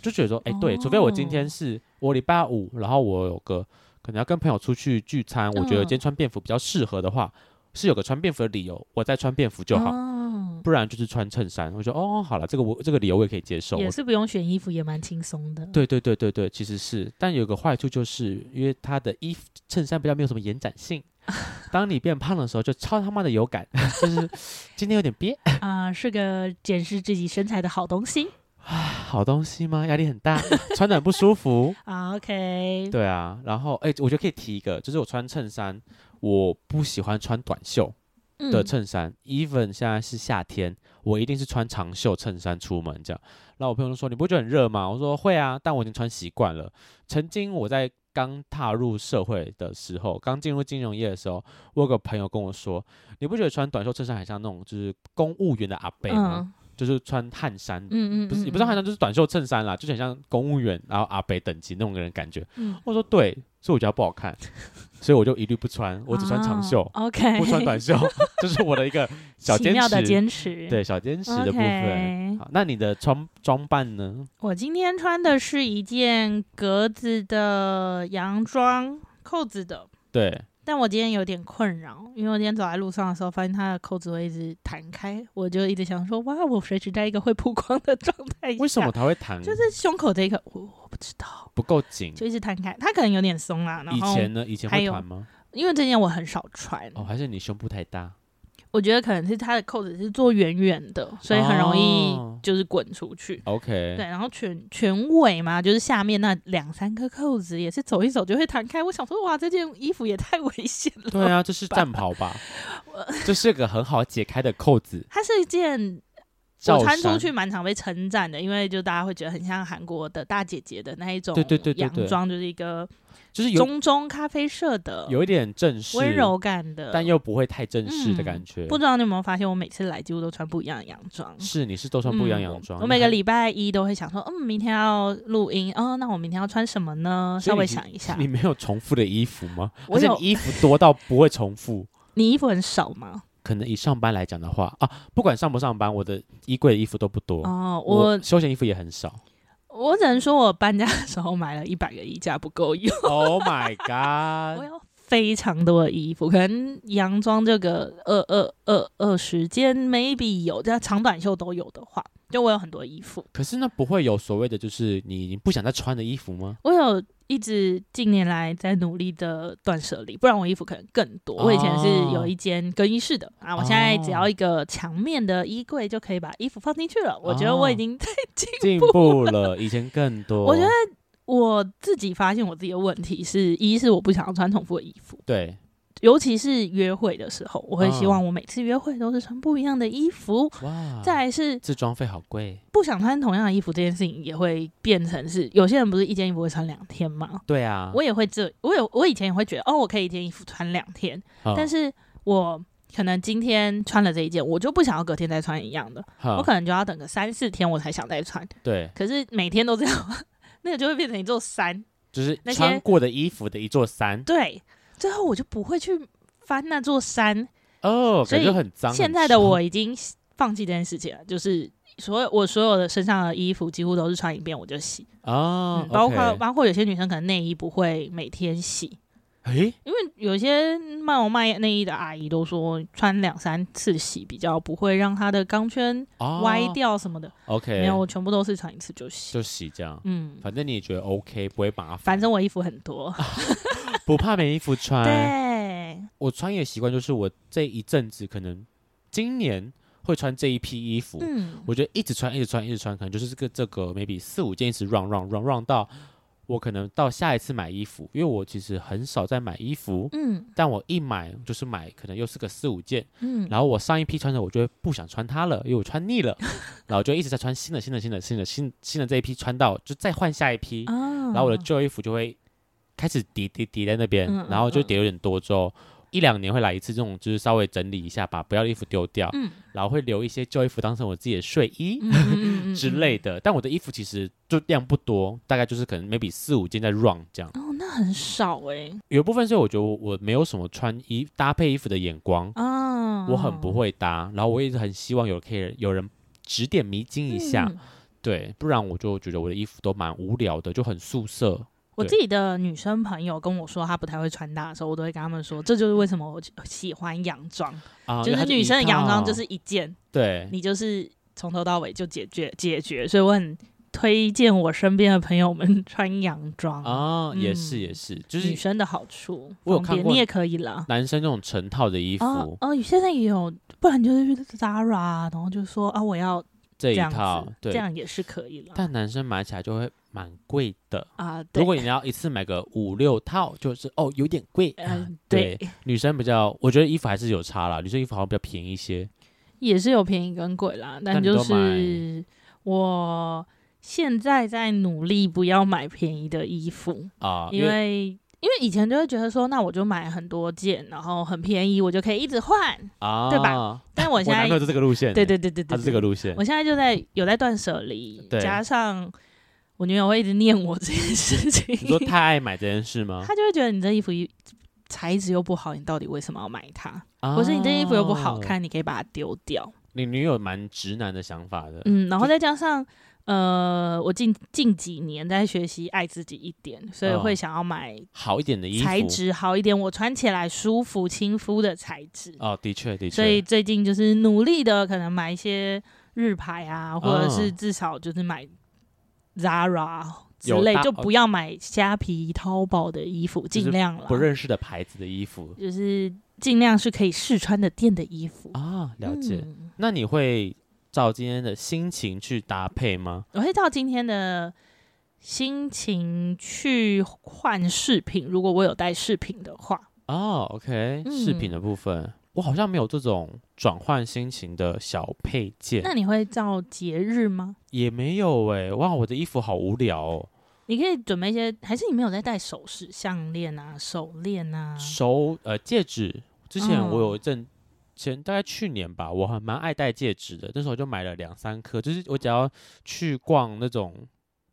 Speaker 2: 就觉得说哎、对，除非我今天
Speaker 1: 哦
Speaker 2: 是我礼拜五，然后我有个可能要跟朋友出去聚餐，我觉
Speaker 1: 嗯
Speaker 2: 得今天穿便服比较适合的话，是有个穿便服的理由，我再穿便服就好。
Speaker 1: 哦
Speaker 2: 不然就是穿衬衫。我觉得哦，好了，这个我这个理由我也可以接受。
Speaker 1: 也
Speaker 2: 我
Speaker 1: 是不用选衣服，也蛮轻松的。
Speaker 2: 对对对对对，其实是，但有个坏处就是，因为它的衣服衬衫比较没有什么延展性，当你变胖的时候就超他妈的有感， 就是今天有点憋，
Speaker 1: 啊、是个检视自己身材的好东西。
Speaker 2: 好东西吗？压力很大，穿的很不舒服。
Speaker 1: 啊 OK，
Speaker 2: 对啊，然后哎、我觉得可以提一个，就是我穿衬衫，我不喜欢穿短袖的
Speaker 1: 嗯
Speaker 2: 衬衫、e v e n 现在是夏天，我一定是穿长袖衬衫出门这样。然后我朋友就说：“你不会觉得很热吗？”我说：“会啊，但我已经穿习惯了。”曾经我在刚踏入社会的时候，刚进入金融业的时候，我有个朋友跟我说：“你不觉得穿短袖衬衫很像那种就是公务员的阿伯吗？
Speaker 1: 嗯
Speaker 2: 就是穿汗衫。”
Speaker 1: 嗯嗯，
Speaker 2: 不是，
Speaker 1: 嗯
Speaker 2: 也不是汗衫，就是短袖衬衫啦，就是很像公务员，然后阿北等级那种人感觉。
Speaker 1: 嗯，
Speaker 2: 我说对，所以我觉得不好看，所以我就一律不穿，我只穿长袖，
Speaker 1: 啊 OK，
Speaker 2: 不穿 短袖，这是我的一个小
Speaker 1: 奇
Speaker 2: 坚
Speaker 1: 妙的
Speaker 2: 持，
Speaker 1: 坚持。，
Speaker 2: 对小坚持的部分。
Speaker 1: OK，
Speaker 2: 好，那你的装装扮呢？
Speaker 1: 我今天穿的是一件格子的洋装，扣子的。
Speaker 2: 对，
Speaker 1: 但我今天有点困扰，因为我今天走在路上的时候，发现它的扣子会一直弹开，我就一直想说，哇，我随时在一个会曝光的 状态下，
Speaker 2: 为什么它会弹？
Speaker 1: 就是胸口这一个，我我不知道，
Speaker 2: 不够紧。
Speaker 1: 就一直弹开，它可能有点松啦。然
Speaker 2: 以
Speaker 1: 后，
Speaker 2: 前呢？以前
Speaker 1: 还
Speaker 2: 会
Speaker 1: 有
Speaker 2: 弹吗？
Speaker 1: 因为这件我很少穿，
Speaker 2: 哦，还是你胸部太大？
Speaker 1: 我觉得可能是它的扣子是做圆圆的，所以很容易
Speaker 2: 哦
Speaker 1: 就是滚出去。
Speaker 2: OK，
Speaker 1: 对，然后全全尾嘛，就是下面那两三颗扣子也是走一走就会弹开。我想说，哇，这件衣服也太 危险了。
Speaker 2: 对啊，这是战袍 吧？这是个很好解开的扣子。
Speaker 1: 它是一件
Speaker 2: 罩
Speaker 1: 我穿出
Speaker 2: 衫
Speaker 1: 去蛮常被称赞的，因为就大家会觉得很像韩国的大姐姐的那一种
Speaker 2: 对对对对
Speaker 1: 洋
Speaker 2: 对
Speaker 1: 装，就是一个
Speaker 2: 就是有
Speaker 1: 中中咖啡色的，
Speaker 2: 有一点正式，
Speaker 1: 温柔感的，
Speaker 2: 但又不会太正式的感
Speaker 1: 嗯
Speaker 2: 觉。
Speaker 1: 不知道你有没有发现，我每次来几乎都穿不一样的洋装。
Speaker 2: 是，你是都穿不一样洋装。
Speaker 1: 嗯我。我每个礼拜一都会想说，嗯，明天要录音，哦，那我明天要穿什么呢？
Speaker 2: 所
Speaker 1: 稍
Speaker 2: 以你
Speaker 1: 微想一下。
Speaker 2: 你没有重复的衣服吗？
Speaker 1: 我
Speaker 2: 而且
Speaker 1: 有
Speaker 2: 你衣服多到不会重复。
Speaker 1: 你衣服很少吗？
Speaker 2: 可能以上班来讲的话啊，不管上不上班，我的衣柜的衣服都不多。
Speaker 1: 哦，
Speaker 2: 我
Speaker 1: 我
Speaker 2: 休闲衣服也 很少。
Speaker 1: 我只能说我搬家的时候买了一百个衣架不够 用，
Speaker 2: Oh my
Speaker 1: 我
Speaker 2: god！
Speaker 1: 有非常多的衣服，可能洋装这个二二二二十件 maybe 有，但长短袖都有的话，就我有很多衣服。
Speaker 2: 可是那不会有所谓的，就是你已经不想再穿的衣服 吗？
Speaker 1: 我有一直近年来在努力的断舍离，不然我衣服可能更多。我以前是有一间更衣室的啊，我现在只要一个墙面的衣柜就可以把衣服放进去了。我觉得我已经在进
Speaker 2: 进步了，以前更 多。
Speaker 1: 我觉得我自己发现我自己的问题是，一是我不想要穿重复的衣服，
Speaker 2: 对，
Speaker 1: 尤其是约会的时候，我会希
Speaker 2: 嗯
Speaker 1: 望我每次约会都是穿不一样的衣服。
Speaker 2: 哇，
Speaker 1: 再来是
Speaker 2: 自装费好贵。
Speaker 1: 不想穿同样的衣服这件事情，也会变成是有些人不是一件衣服会穿两天吗？
Speaker 2: 对啊，
Speaker 1: 我也会这，我有我以前也会觉得，哦，我可以一件衣服穿两天，
Speaker 2: 嗯
Speaker 1: 但是我可能今天穿了这一件，我就不想要隔天再穿一样的，
Speaker 2: 哼
Speaker 1: 我可能就要等个三四天我才想再穿。
Speaker 2: 对，
Speaker 1: 可是每天都这样， 那个就会变成一座山。
Speaker 2: 就是
Speaker 1: 那些
Speaker 2: 穿过的衣服的一座山
Speaker 1: 对，最后我就不会去翻那座山。
Speaker 2: 哦，
Speaker 1: 所
Speaker 2: 感
Speaker 1: 以
Speaker 2: 觉很脏。
Speaker 1: 现
Speaker 2: 很
Speaker 1: 在的
Speaker 2: 臭
Speaker 1: 我已经放弃这件事情了，就是所有我所有的身上的衣服几乎都是穿一遍我就洗，
Speaker 2: 哦
Speaker 1: 嗯，包
Speaker 2: OK
Speaker 1: 括包括有些女生可能内衣不会每天洗。
Speaker 2: 诶，
Speaker 1: 因为有些卖我卖内衣的阿姨都说，穿两三次洗比较不会让她的钢圈
Speaker 2: 哦
Speaker 1: 歪掉什么的。
Speaker 2: ，OK，
Speaker 1: 没有，我全部都是穿一次就洗。
Speaker 2: 就洗这样，
Speaker 1: 嗯，
Speaker 2: 反正你也觉得 OK，不会麻烦，
Speaker 1: 反正我衣服很多。
Speaker 2: 不怕没衣服穿。
Speaker 1: 对，
Speaker 2: 我穿衣的习惯就是我这一阵子可能今年会穿这一批衣服，
Speaker 1: 嗯，
Speaker 2: 我觉得一直穿，一直穿，一直穿，可能就是这个这个 maybe 四五件一直 run run run run 到我可能到下一次买衣服，因为我其实很少在买衣服，
Speaker 1: 嗯
Speaker 2: 但我一买就是买，可能又是个四五件，
Speaker 1: 嗯，
Speaker 2: 然后我上一批穿的我就会不想穿它了，因为我穿腻了， 然后我就一直在穿新的新的新的新的新新的这一批穿到就再换下一批，
Speaker 1: 啊，
Speaker 2: 然后我的旧衣服就会开始叠叠叠在那边
Speaker 1: 嗯嗯，
Speaker 2: 然后就
Speaker 1: 嗯
Speaker 2: 叠有点多之后。一两年会来一次这种，就是稍微整理一下，把不要的衣服丢掉，
Speaker 1: 嗯
Speaker 2: 然后会留一些旧衣服当成我自己的睡衣。
Speaker 1: 嗯嗯嗯嗯
Speaker 2: 之类的，但我的衣服其实就量不多，大概就是可能 maybe 四五件在 run 这样。
Speaker 1: 哦，那很少哎
Speaker 2: 有一部分是我觉得我我没有什么穿衣搭配衣服的眼光，
Speaker 1: 啊，
Speaker 2: 我很不会搭，然后我一直很希望有可以有人指点迷津一下，
Speaker 1: 嗯
Speaker 2: 对，不然我就觉得我的衣服都蛮无聊的，就很素色。
Speaker 1: 我
Speaker 2: 对
Speaker 1: 自己的女生朋友跟我说她不太会穿搭的时候，我都会跟她们说，这就是为什么我喜欢洋装，
Speaker 2: 啊，
Speaker 1: 就
Speaker 2: 因为它
Speaker 1: 是女生的
Speaker 2: 一
Speaker 1: 洋装
Speaker 2: 套
Speaker 1: 就是一件，
Speaker 2: 对，
Speaker 1: 你就是从头到尾就解决解决，所以我很推荐我身边的朋友们穿洋装，
Speaker 2: 啊，也是
Speaker 1: 嗯
Speaker 2: 也是，就
Speaker 1: 女
Speaker 2: 是
Speaker 1: 生的好处，
Speaker 2: 我有
Speaker 1: 方
Speaker 2: 看
Speaker 1: 便
Speaker 2: 过
Speaker 1: 你也可以啦。
Speaker 2: 男生那种成套的衣服、
Speaker 1: 哦哦，现在也有，不然就是去 Zara，啊然后就说啊，我要
Speaker 2: 这
Speaker 1: 这
Speaker 2: 一
Speaker 1: 样
Speaker 2: 套
Speaker 1: 子，，这
Speaker 2: 对，
Speaker 1: 样也是可以了。
Speaker 2: 但男生买起来就会蛮贵的。
Speaker 1: 啊，对
Speaker 2: 如果你要一次买个五六套，就是哦有点贵。
Speaker 1: 嗯、
Speaker 2: 对
Speaker 1: 对，
Speaker 2: 女生比较，我觉得衣服还是有差啦，女生衣服好像比较便宜一些。
Speaker 1: 也是有便宜跟贵啦，但
Speaker 2: 你都
Speaker 1: 就是我现在在努力不要买便宜的衣服，
Speaker 2: 啊，
Speaker 1: 因为。因为以前就会觉得说，那我就买很多件，然后很便宜，我就可以一直换。
Speaker 2: 啊，
Speaker 1: 对吧？但我
Speaker 2: 我
Speaker 1: 现
Speaker 2: 男
Speaker 1: 在
Speaker 2: 朋友是这个路线欸，
Speaker 1: 对对对对对，
Speaker 2: 他是这个
Speaker 1: 对
Speaker 2: 路线
Speaker 1: 我现在就在有在断舍离，
Speaker 2: 对
Speaker 1: 加上我女友会一直念我这件事情，
Speaker 2: 你说太爱买这件事吗？
Speaker 1: 她就会觉得你这衣服一材质又不好，你到底为什么要买它？
Speaker 2: 啊
Speaker 1: 或是你这衣服又不好，看，你可以把它丢掉。
Speaker 2: 哦你女友蛮直男的想法的。
Speaker 1: 嗯，然后再加上呃，我近近几年在学习爱自己一点，所以
Speaker 2: 哦
Speaker 1: 会想要买
Speaker 2: 好一点的衣服，
Speaker 1: 材质好一点，我穿起来舒服亲肤的材质。
Speaker 2: 哦，的确的确，
Speaker 1: 所以最近就是努力的，可能买一些日牌啊，或者是
Speaker 2: 嗯
Speaker 1: 至少就是买 Zara 之
Speaker 2: 有
Speaker 1: 类
Speaker 2: 大，哦
Speaker 1: 就不要买虾皮、淘宝的衣服，
Speaker 2: 就是
Speaker 1: 尽量了，
Speaker 2: 不认识的牌子的衣
Speaker 1: 嗯
Speaker 2: 服
Speaker 1: 就是尽量是可以试穿的店的衣服。
Speaker 2: 啊，了解。
Speaker 1: 嗯
Speaker 2: 那你会照今天的心情去搭配吗？
Speaker 1: 我会照今天的心情去换饰品，如果我有带饰品的话，
Speaker 2: 哦，OK，饰品
Speaker 1: 嗯
Speaker 2: 的部分，我好像没有这种转换心情的小配件，
Speaker 1: 那你会照节日吗？
Speaker 2: 也没有哎、哇，我的衣服好无聊哦，
Speaker 1: 你可以准备一些，还是你没有在戴首饰、项链啊、手链啊？
Speaker 2: 手呃戒指，之前
Speaker 1: 嗯
Speaker 2: 我有一阵。前大概去年吧，我还蛮爱戴戒指的。那时候就买了两三颗，就是我只要去逛那种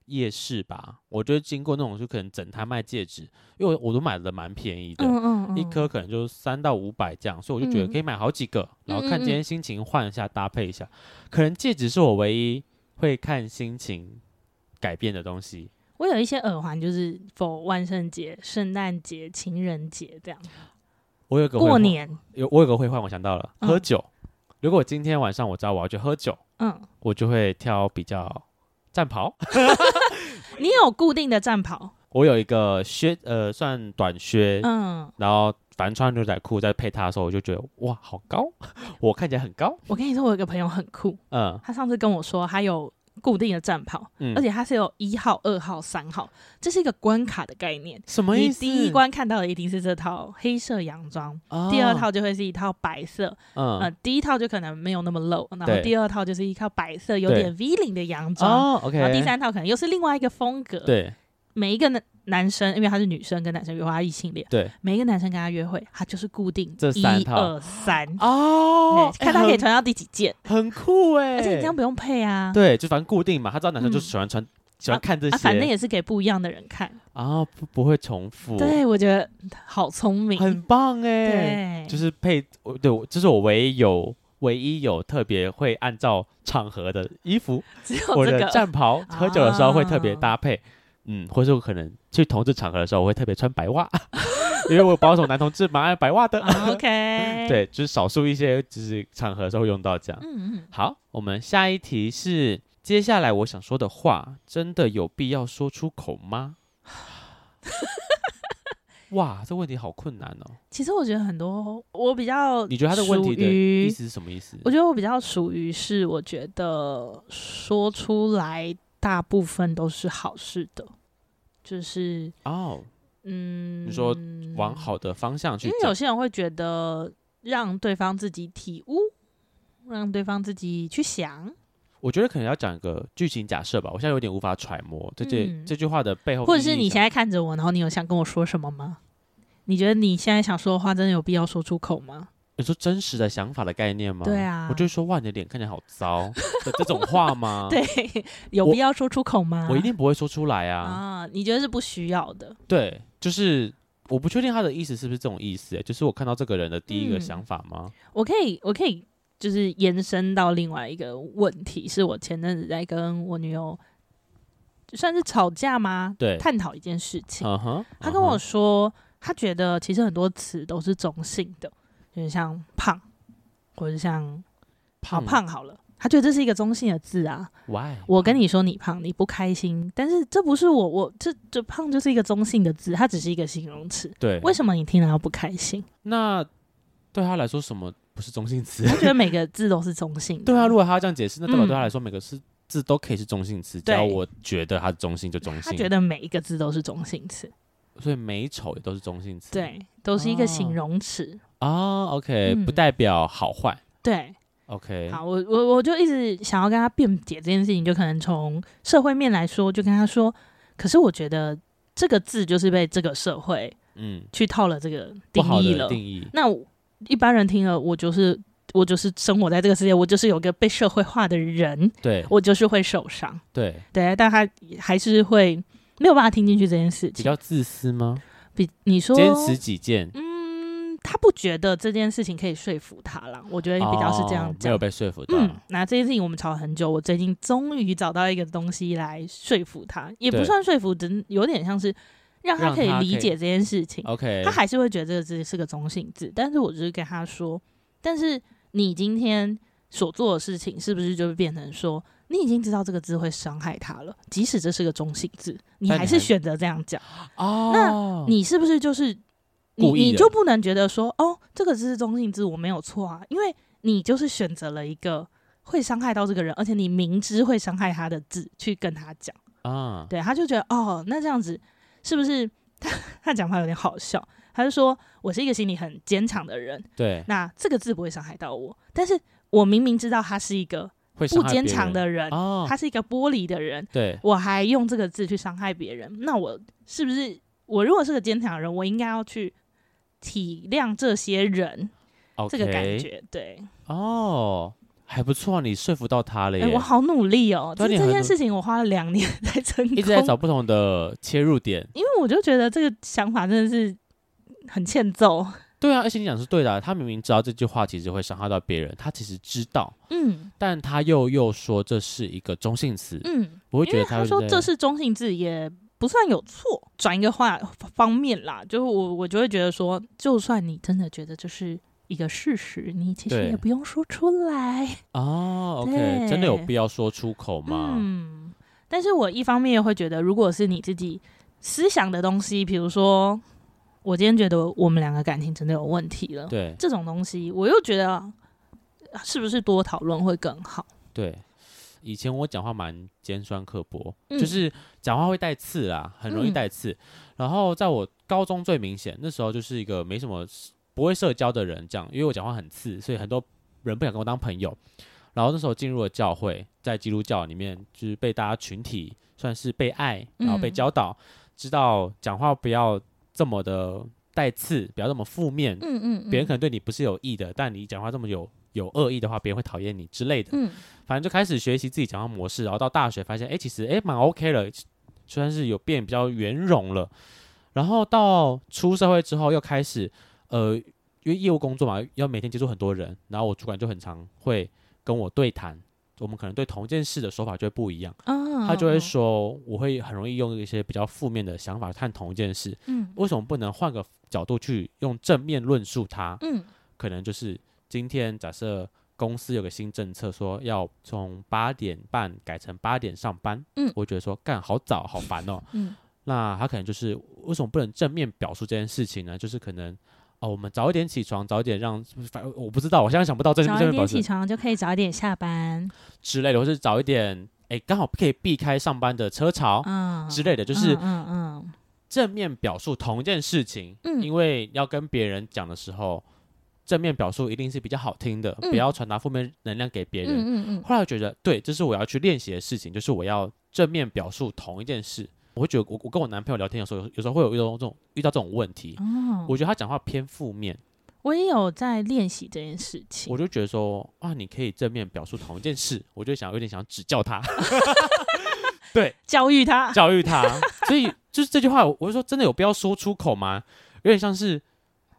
Speaker 2: 夜市吧，我就会经过那种就可能整摊卖戒指，因为我我都买的蛮便宜的，
Speaker 1: 嗯嗯嗯，
Speaker 2: 一颗可能就三到五百这样，所以我就觉得
Speaker 1: 嗯
Speaker 2: 可以买好几个，然后看
Speaker 1: 嗯嗯
Speaker 2: 今天心情换一下搭配一下。可能戒指是我唯一会看心情改变的东西
Speaker 1: 我有一些耳环，就是否万圣节、圣诞节、情人节这样。
Speaker 2: 我有个会
Speaker 1: 过
Speaker 2: 换
Speaker 1: 年，
Speaker 2: 有我有个会换，我想到了，
Speaker 1: 嗯
Speaker 2: 喝酒。如果今天晚上我知道我要去喝酒，
Speaker 1: 嗯，
Speaker 2: 我就会挑比较战袍。
Speaker 1: 你有固定的战袍，
Speaker 2: 我有一个靴，呃，算短靴，
Speaker 1: 嗯，
Speaker 2: 然后反正穿牛仔裤再配它的时候，我就觉得哇， 好高，我看起来很高。
Speaker 1: 我跟你说，我有个朋友很酷，
Speaker 2: 嗯，
Speaker 1: 他上次跟我说，他有固定的战袍，
Speaker 2: 嗯
Speaker 1: 而且它是有一号、二号、三号，这是一个关卡的概念。
Speaker 2: 什么
Speaker 1: 你
Speaker 2: 意思？
Speaker 1: 第一关看到的一定是这套黑色洋装，
Speaker 2: 哦，
Speaker 1: 第二套就会是一套白色，呃
Speaker 2: 嗯，
Speaker 1: 第一套就可能没有那么露，然后
Speaker 2: 对
Speaker 1: 第二套就是一套白色有
Speaker 2: 对
Speaker 1: 点 V 领的洋装，
Speaker 2: 哦，OK，
Speaker 1: 然后第三套可能又是另外一个风格。
Speaker 2: 对
Speaker 1: 每一个男男生，因为他是女生跟男生约会，他异性恋，
Speaker 2: 对
Speaker 1: 每一个男生跟他约会，他就是固定
Speaker 2: 这三
Speaker 1: 一
Speaker 2: 套
Speaker 1: 二三，
Speaker 2: 哦
Speaker 1: 对，看他可以
Speaker 2: 很
Speaker 1: 穿到第几件，
Speaker 2: 很酷哎，
Speaker 1: 而且你这样不用配啊，
Speaker 2: 对，就反正固定嘛，他知道男生就
Speaker 1: 嗯
Speaker 2: 喜欢穿喜欢看这
Speaker 1: 啊，反正
Speaker 2: 些，
Speaker 1: 也是给不一样的人看。
Speaker 2: 啊不不会重复，
Speaker 1: 对，我觉得好聪明，
Speaker 2: 很棒哎，
Speaker 1: 对，
Speaker 2: 就是配我对我，这是我唯一有唯一有特别会按照场合的衣服，
Speaker 1: 只
Speaker 2: 我
Speaker 1: 有哦这
Speaker 2: 的
Speaker 1: 个。
Speaker 2: 战袍，喝酒的时候会特别
Speaker 1: 啊
Speaker 2: 搭配，嗯，或是我可能去同志场合的时候，我会特别穿白袜， 因为我保守男同志蛮爱白袜的。
Speaker 1: 啊 OK，，
Speaker 2: 对，就是少数一些就是场合的时候会用到这样。
Speaker 1: 嗯嗯，
Speaker 2: 好，我们下一题是，接下来我想说的话，真的有必要说出口 吗？哇，这问题好困难哦！
Speaker 1: 其实我觉得很多，我比较，
Speaker 2: 你觉得他的问题的
Speaker 1: 属于
Speaker 2: 意思是什么意思？
Speaker 1: 我觉得我比较属于是，我觉得说出来大部分都是好事的，就是
Speaker 2: 哦，
Speaker 1: 嗯，
Speaker 2: 说往好的方向去
Speaker 1: 因为嗯有
Speaker 2: 讲，
Speaker 1: 些人会觉得让对方自己体悟，让对方自己去想，
Speaker 2: 我觉得可能要讲一个剧情假设吧，我现在有点无法揣摩这这、
Speaker 1: 嗯
Speaker 2: 这句话的背后意义想，
Speaker 1: 或者是你现在看着我，然后你有想跟我说什么吗？你觉得你现在想说的话，真的有必要说出口吗？
Speaker 2: 你说真实的想法的概念吗？
Speaker 1: 对啊
Speaker 2: 我就会说哇，你的脸看起来好糟的这种话 吗？，
Speaker 1: 对，啊有
Speaker 2: 我
Speaker 1: 必要说出口吗？
Speaker 2: 我一定不会说出来啊。
Speaker 1: 啊，你觉得是不需要的？
Speaker 2: 对，就是我不确定他的意思是不是这种意思、欸，就是我看到这个人的第一个
Speaker 1: 嗯
Speaker 2: 想法吗？
Speaker 1: 我可以，我可以，就是延伸到另外一个问题，是我前阵子在跟我女友算是吵架吗？
Speaker 2: 对
Speaker 1: 探讨一件事情。
Speaker 2: 嗯哼，
Speaker 1: 她跟我
Speaker 2: 嗯哼
Speaker 1: 说，她觉得其实很多词都是中性的，就是像胖，或者
Speaker 2: 嗯
Speaker 1: 像好
Speaker 2: 胖
Speaker 1: 胖好了，她觉得这是一个中性的字啊。
Speaker 2: 嗯，why？
Speaker 1: 我跟
Speaker 2: 胖
Speaker 1: 你说你胖，你不开心，但是这不是我，我这这胖就是一个中性的字，它只是一个形容词。
Speaker 2: 对，
Speaker 1: 为什么你听了要不开心？
Speaker 2: 那对他来说什么不是中性词？
Speaker 1: 我觉得每个字都是中性的。
Speaker 2: 对啊，如果他要这样解释，那代表
Speaker 1: 嗯
Speaker 2: 对他来说每个是字都可以是中性词，只要
Speaker 1: 对
Speaker 2: 我觉得他是中性就中性，
Speaker 1: 他觉得每一个字都是中性词，
Speaker 2: 所以美丑也都是中性词。
Speaker 1: 对，都是一个
Speaker 2: 哦
Speaker 1: 形容词。
Speaker 2: 哦 o k
Speaker 1: 嗯
Speaker 2: 不代表好坏。
Speaker 1: 对，
Speaker 2: OK，
Speaker 1: 好，我我我就一直想要跟他辩解这件事情，就可能从社会面来说，就跟他说，可是我觉得这个字就是被这个社会
Speaker 2: 嗯，
Speaker 1: 去套了这个
Speaker 2: 不
Speaker 1: 定
Speaker 2: 好
Speaker 1: 义
Speaker 2: 的
Speaker 1: 了，
Speaker 2: 定义，
Speaker 1: 那我一般人听了，我就是我就是生活在这个世界，我就是有个被社会化的人，
Speaker 2: 对
Speaker 1: 我就是会受伤。
Speaker 2: 对，
Speaker 1: 对，但他还是会没有办法听进去这件事
Speaker 2: 比
Speaker 1: 情。
Speaker 2: 较自私吗？
Speaker 1: 比你说，
Speaker 2: 坚持己见，
Speaker 1: 嗯，他不觉得这件事情可以说服他了。我觉得比较是这样
Speaker 2: 哦没
Speaker 1: 讲。
Speaker 2: 有被说服到。
Speaker 1: 嗯，那这件事情我们吵了很久，我最近终于找到一个东西来说服他，也不
Speaker 2: 对
Speaker 1: 算说服，只有点像是让他
Speaker 2: 让
Speaker 1: 可以
Speaker 2: 他
Speaker 1: 理
Speaker 2: 可以
Speaker 1: 解这件事情。
Speaker 2: OK，
Speaker 1: 他还是会觉得这个字是个中性字，但是我就是跟他说，但是你今天所做的事情是不是就变成说，你已经知道这个字会伤害他了，即使这是个中性字，你
Speaker 2: 但你
Speaker 1: 还是
Speaker 2: 还
Speaker 1: 选择这样讲，
Speaker 2: 哦，
Speaker 1: 你是不是就是你
Speaker 2: 故意的
Speaker 1: 你就不能觉得说，哦，这个字是中性字，我没有错啊，因为你就是选择了一个。会伤害到这个人，而且你明知会伤害他的字去跟他讲，
Speaker 2: 啊，
Speaker 1: 对，他就觉得哦，那这样子是不是他他讲话有点好笑？他就说我是一个心理很坚强的人，
Speaker 2: 对，
Speaker 1: 那这个字不会伤害到我，但是我明明知道他是一个
Speaker 2: 会
Speaker 1: 不
Speaker 2: 伤害
Speaker 1: 坚
Speaker 2: 别
Speaker 1: 强
Speaker 2: 人
Speaker 1: 的人，
Speaker 2: 哦，
Speaker 1: 他是一个玻璃的人，
Speaker 2: 对
Speaker 1: 我还用这个字去伤害别人，那我是不是我如果是个坚强的人，我应该要去体谅这些人
Speaker 2: ，OK，
Speaker 1: 这个感觉，对，
Speaker 2: 哦，还不错啊，你说服到他了
Speaker 1: 哎、
Speaker 2: 耶，
Speaker 1: 我好努力哦，
Speaker 2: 对
Speaker 1: 这
Speaker 2: 啊你
Speaker 1: 这
Speaker 2: 很
Speaker 1: 件
Speaker 2: 努
Speaker 1: 事情我花了两年才成功，
Speaker 2: 一直在找不同的切入点。
Speaker 1: 因为我就觉得这个想法真的是很欠揍。
Speaker 2: 对啊，而且你讲是对的啊、他明明知道这句话其实会伤害到别人，他其实知道，
Speaker 1: 嗯
Speaker 2: 但他又又说这是一个中性词，
Speaker 1: 嗯，
Speaker 2: 我会
Speaker 1: 因
Speaker 2: 觉
Speaker 1: 为
Speaker 2: 得
Speaker 1: 他
Speaker 2: 会
Speaker 1: 说
Speaker 2: 在
Speaker 1: 这是中性字，也不算有错。转一个话方面啦，就是我我就会觉得说，就算你真的觉得这是一个事实，你其实
Speaker 2: 对
Speaker 1: 也不用说出来。
Speaker 2: 哦，OK，真的有
Speaker 1: 对
Speaker 2: 必要说出口吗？
Speaker 1: 嗯，但是我一方面也会觉得，如果是你自己思想的东西，比如说我今天觉得我们两个感情真的有问题了，
Speaker 2: 对
Speaker 1: 这种东西，我又觉得是不是多讨论会更好？
Speaker 2: 对，以前我讲话蛮尖酸刻薄，
Speaker 1: 嗯
Speaker 2: 就是讲话会带刺啦，很容易
Speaker 1: 嗯
Speaker 2: 带刺。然后在我高中最明显，那时候就是一个没什么不会社交的人，这样，因为我讲话很刺，所以很多人不想跟我当朋友。然后那时候进入了教会，在基督教里面就是被大家群体算是被爱，然后被
Speaker 1: 嗯
Speaker 2: 教导，知道讲话不要这么的带刺，不要这么负面，
Speaker 1: 嗯嗯，
Speaker 2: 别人可能对你不是有意的，但你讲话这么有有恶意的话，别人会讨厌你之类的。
Speaker 1: 嗯
Speaker 2: 反正就开始学习自己讲话模式，然后到大学发现，哎、其实哎蛮 OK 了，算是有变比较圆融了。然后到出社会之后，又开始呃，因为业务工作嘛，要每天接触很多人，然后我主管就很常会跟我对谈，我们可能对同一件事的说法就会不一样，
Speaker 1: 啊，
Speaker 2: 他就会说我会很容易用一些比较负面的想法看同一件事，
Speaker 1: 嗯
Speaker 2: 为什么不能换个角度去用正面论述它？
Speaker 1: 嗯
Speaker 2: 可能就是今天假设公司有个新政策，说要从八点半改成八点上班，
Speaker 1: 嗯
Speaker 2: 我会觉得说干好早好烦哦。
Speaker 1: 嗯
Speaker 2: 那他可能就是为什么不能正面表述这件事情呢？就是可能哦，我们早一点起床，早一点让，反我不知道，我现在想不到正
Speaker 1: 早
Speaker 2: 正
Speaker 1: 一
Speaker 2: 面表
Speaker 1: 点
Speaker 2: 述
Speaker 1: 起床就可以早一点下班，
Speaker 2: 之类的，或是早一点，哎，刚好可以避开上班的车潮。
Speaker 1: 嗯
Speaker 2: 之类的，就是
Speaker 1: 嗯嗯
Speaker 2: 正面表述同一件事情，
Speaker 1: 嗯
Speaker 2: 因为要跟别人讲的时候，正面表述一定是比较好听的，
Speaker 1: 嗯
Speaker 2: 不要传达负面能量给别
Speaker 1: 嗯
Speaker 2: 人。
Speaker 1: 嗯嗯
Speaker 2: 后来我觉得，对，这是我要去练习的事情，就是我要正面表述同一件事。我会觉得我，我跟我男朋友聊天的时候，有有时候会有遇到这种遇到这种问题。
Speaker 1: 嗯，哦，
Speaker 2: 我觉得他讲话偏负面，
Speaker 1: 我也有在练习这件事情，
Speaker 2: 我就觉得说啊，你可以正面表述同一件事，我就想有点想指教他，
Speaker 1: 教育 他，
Speaker 2: 教育他。所以就是这句话，我我就说真的有必要说出口吗？有点像是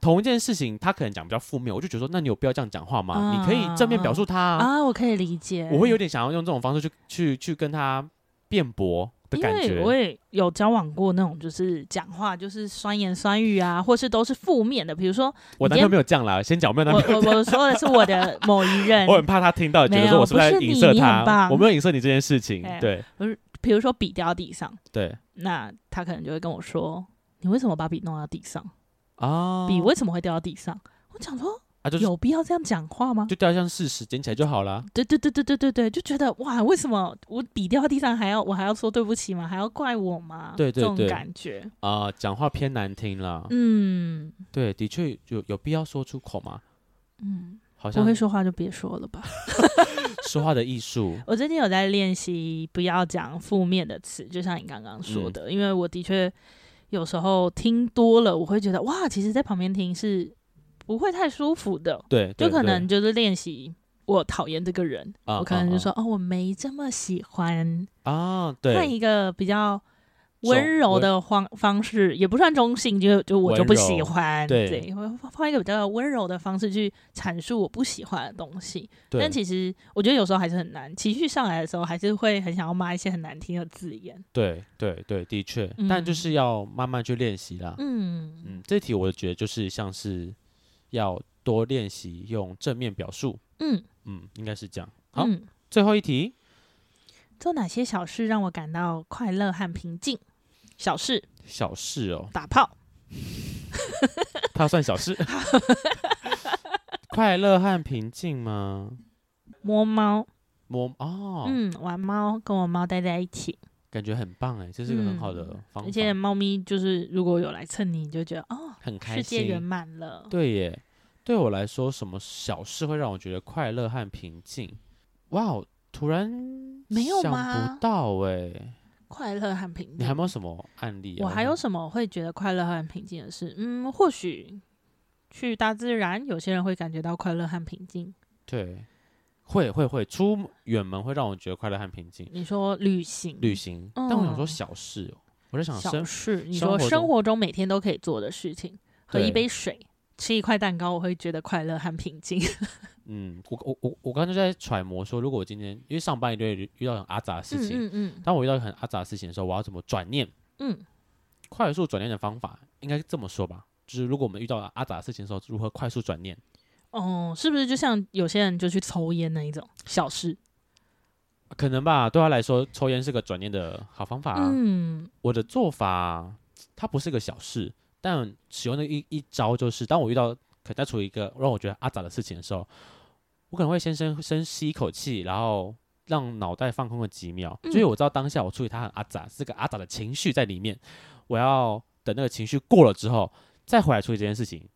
Speaker 2: 同一件事情，他可能讲比较负面，我就觉得说，那你有必要这样讲话吗？
Speaker 1: 啊
Speaker 2: 你可以正面表述他、啊。
Speaker 1: 啊，我可以理解，
Speaker 2: 我会有点想要用这种方式去去去跟他辩驳的
Speaker 1: 因
Speaker 2: 感
Speaker 1: 为
Speaker 2: 觉。
Speaker 1: 我也有交往过那种，就是讲话就是酸言酸语啊，或是都是负面的。比如说，
Speaker 2: 我
Speaker 1: 你
Speaker 2: 男朋
Speaker 1: 今
Speaker 2: 友
Speaker 1: 天
Speaker 2: 没有这样啦，先讲我没有
Speaker 1: 我
Speaker 2: 男朋友，
Speaker 1: 我我说的是我 的某一任，
Speaker 2: 我很怕他听到，觉得说我是不是在
Speaker 1: 没有不是
Speaker 2: 影
Speaker 1: 你
Speaker 2: 射
Speaker 1: 你很
Speaker 2: 他，
Speaker 1: 棒
Speaker 2: 我没有影射你这件事情
Speaker 1: 哎，
Speaker 2: 对
Speaker 1: 比如说笔掉地上，
Speaker 2: 对
Speaker 1: 那他可能就会跟我说：“你为什么把笔弄到地上？
Speaker 2: 啊，
Speaker 1: 笔为什么会掉到地上？”我想说，
Speaker 2: 啊就是
Speaker 1: 有必要这样讲话吗？
Speaker 2: 就掉向事实，捡起来就好啦。
Speaker 1: 对对对对对对对，就觉得哇，为什么我笔掉到地上还要我还要说对不起吗？还要怪我吗？
Speaker 2: 对对
Speaker 1: 这种
Speaker 2: 对
Speaker 1: 感觉，
Speaker 2: 啊，讲话偏难听啦，
Speaker 1: 嗯
Speaker 2: 对，的确有有必要说出口吗？
Speaker 1: 嗯，
Speaker 2: 好
Speaker 1: 不
Speaker 2: 像
Speaker 1: 会说话就别说了吧。
Speaker 2: 说话的艺术
Speaker 1: 我最近有在练习不要讲负面的词，就像你刚刚
Speaker 2: 嗯
Speaker 1: 说的，因为我的确有时候听多了，我会觉得哇，其实在旁边听是不会太舒服的，
Speaker 2: 对，对
Speaker 1: 就可
Speaker 2: 对
Speaker 1: 能就是练习。我讨厌这个人，
Speaker 2: 啊
Speaker 1: 我可能就说、哦，我没这么喜欢。
Speaker 2: 啊啊，
Speaker 1: 换
Speaker 2: 对，
Speaker 1: 一个比较
Speaker 2: 手
Speaker 1: 温柔
Speaker 2: 温
Speaker 1: 的方方式，也不算中性，就就我就不喜欢。
Speaker 2: 对
Speaker 1: 对，我会换一个比较温柔的方式去阐述我不喜欢的东西。
Speaker 2: 对
Speaker 1: 但，其实我觉得有时候还是很难，情绪上来的时候，还是会很想要骂一些很难听的字眼。
Speaker 2: 对，对，对，的确，但就
Speaker 1: 嗯
Speaker 2: 是要慢慢去练习啦。
Speaker 1: 嗯，
Speaker 2: 嗯，这题我觉得就是像是要多练习用正面表述，
Speaker 1: 嗯
Speaker 2: 嗯，应该是这样。好，
Speaker 1: 嗯，
Speaker 2: 最后一题，
Speaker 1: 做哪些小事让我感到快乐和平静？小事，
Speaker 2: 小事哦，
Speaker 1: 打炮。
Speaker 2: 它 算小事。 快乐和平静吗？
Speaker 1: 摸猫，
Speaker 2: 摸哦，
Speaker 1: 嗯，玩猫，跟我猫待在一起，
Speaker 2: 感觉很棒哎，这是一个很好的
Speaker 1: 嗯
Speaker 2: 方法，
Speaker 1: 而且猫咪就是如果有来蹭你，你就觉得哦，
Speaker 2: 很开
Speaker 1: 世界圆
Speaker 2: 心。
Speaker 1: 满了。
Speaker 2: 对耶，对我来说，什么小事会让我觉得快乐和平静？哇哦，突然
Speaker 1: 没有
Speaker 2: 想
Speaker 1: 吗
Speaker 2: 不到哎，
Speaker 1: 快乐和平
Speaker 2: 你
Speaker 1: 静
Speaker 2: 还有。没有什么案例啊？
Speaker 1: 我还有
Speaker 2: 想
Speaker 1: 什么会觉得快乐和平静的事？嗯，或许去大自然，有些人会感觉到快乐和平静。
Speaker 2: 对，会会会，出远门会让我觉得快乐和平静。
Speaker 1: 你说旅行，
Speaker 2: 旅行，但我想说
Speaker 1: 嗯
Speaker 2: 小事哦，我在想
Speaker 1: 小
Speaker 2: 生
Speaker 1: 事，你
Speaker 2: 生
Speaker 1: 说
Speaker 2: 活中
Speaker 1: 生活中每天都可以做的事情，喝
Speaker 2: 对
Speaker 1: 一杯水，吃一块蛋糕，我会觉得快乐和平静。
Speaker 2: 嗯，我我我我刚刚就在揣摩说，如果我今天因为上班一堆遇到很阿杂的事情，
Speaker 1: 嗯嗯
Speaker 2: 当我遇到很阿杂的事情的时候，我要怎么转念？
Speaker 1: 嗯
Speaker 2: 快速转念的方法应该这么说吧，就是如果我们遇到阿杂的事情的时候，如何快速转念？
Speaker 1: 嗯，哦，是不是就像有些人就去抽烟那一种小事？
Speaker 2: 可能吧，对他来说，抽烟是个转念的好方法、啊。
Speaker 1: 嗯
Speaker 2: 我的做法，它不是个小事，但使用的一一招就是，当我遇到可能在处于一个让我觉得阿杂的事情的时候，我可能会先深深吸一口气，然后让脑袋放空个几秒，所以我知道当下我处理他很阿杂，是个阿杂的情绪在里面，我要等那个情绪过了之后再回来处理这件事情，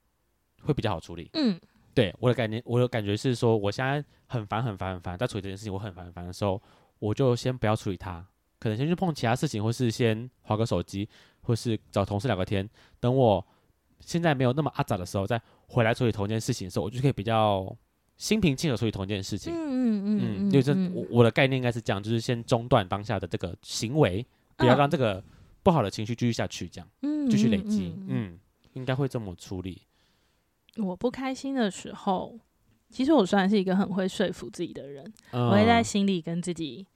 Speaker 2: 会比较好处理。
Speaker 1: 嗯，
Speaker 2: 对我的感觉，我的感觉是说，我现在很烦很烦很烦，在处理这件事情，我很烦很烦的时候，我就先不要处理它，可能先去碰其他事情，或是先划个手机，或是找同事聊个天。等我现在没有那么阿杂的时候，再回来处理同一件事情的时候，我就可以比较心平气和处理同一件事情。
Speaker 1: 嗯嗯嗯，
Speaker 2: 就是
Speaker 1: 嗯
Speaker 2: 我我的概念应该是这样，就是先中断当下的这个行为，不要
Speaker 1: 嗯
Speaker 2: 让这个不好的情绪继续下去，这样
Speaker 1: 嗯
Speaker 2: 继续
Speaker 1: 嗯
Speaker 2: 累
Speaker 1: 嗯
Speaker 2: 积。
Speaker 1: 嗯
Speaker 2: 嗯，应该会这么处理。
Speaker 1: 我不开心的时候，其实我算是一个很会说服自己的人，
Speaker 2: 我
Speaker 1: 我会在心里跟自己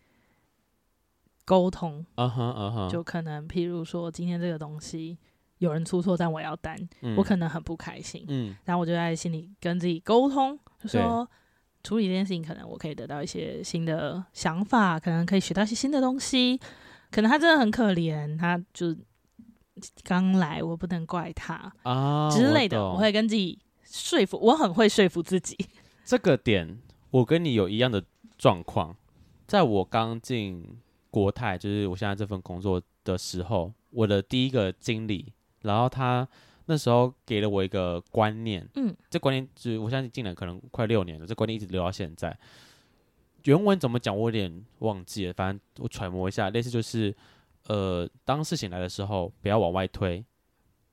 Speaker 1: 沟通，
Speaker 2: 嗯哼嗯哼，
Speaker 1: 就可能譬如说今天这个东西有人出错，但我要担，
Speaker 2: 嗯
Speaker 1: 我可能很不开心，
Speaker 2: 嗯
Speaker 1: 然后我就在心里跟自己沟通，就
Speaker 2: 对
Speaker 1: 说处理这件事情，可能我可以得到一些新的想法，可能可以学到一些新的东西。可能他真的很可怜，他就刚来，我不能怪他
Speaker 2: 啊
Speaker 1: 之类的。
Speaker 2: 懂
Speaker 1: 我会跟自己说服，我很会说服自 己。
Speaker 2: 这个点，我跟你有一样的状况。在我刚进国泰，就是我现在这份工作的时候，我的第一个经理，然后他那时候给了我一个观念，
Speaker 1: 嗯，
Speaker 2: 这观念就是我相信进来可能快六年了，这观念一直留到现在。原文怎么讲我有点忘记了，反正我揣摩一下，类似就是，呃，当事情来的时候，不要往外推，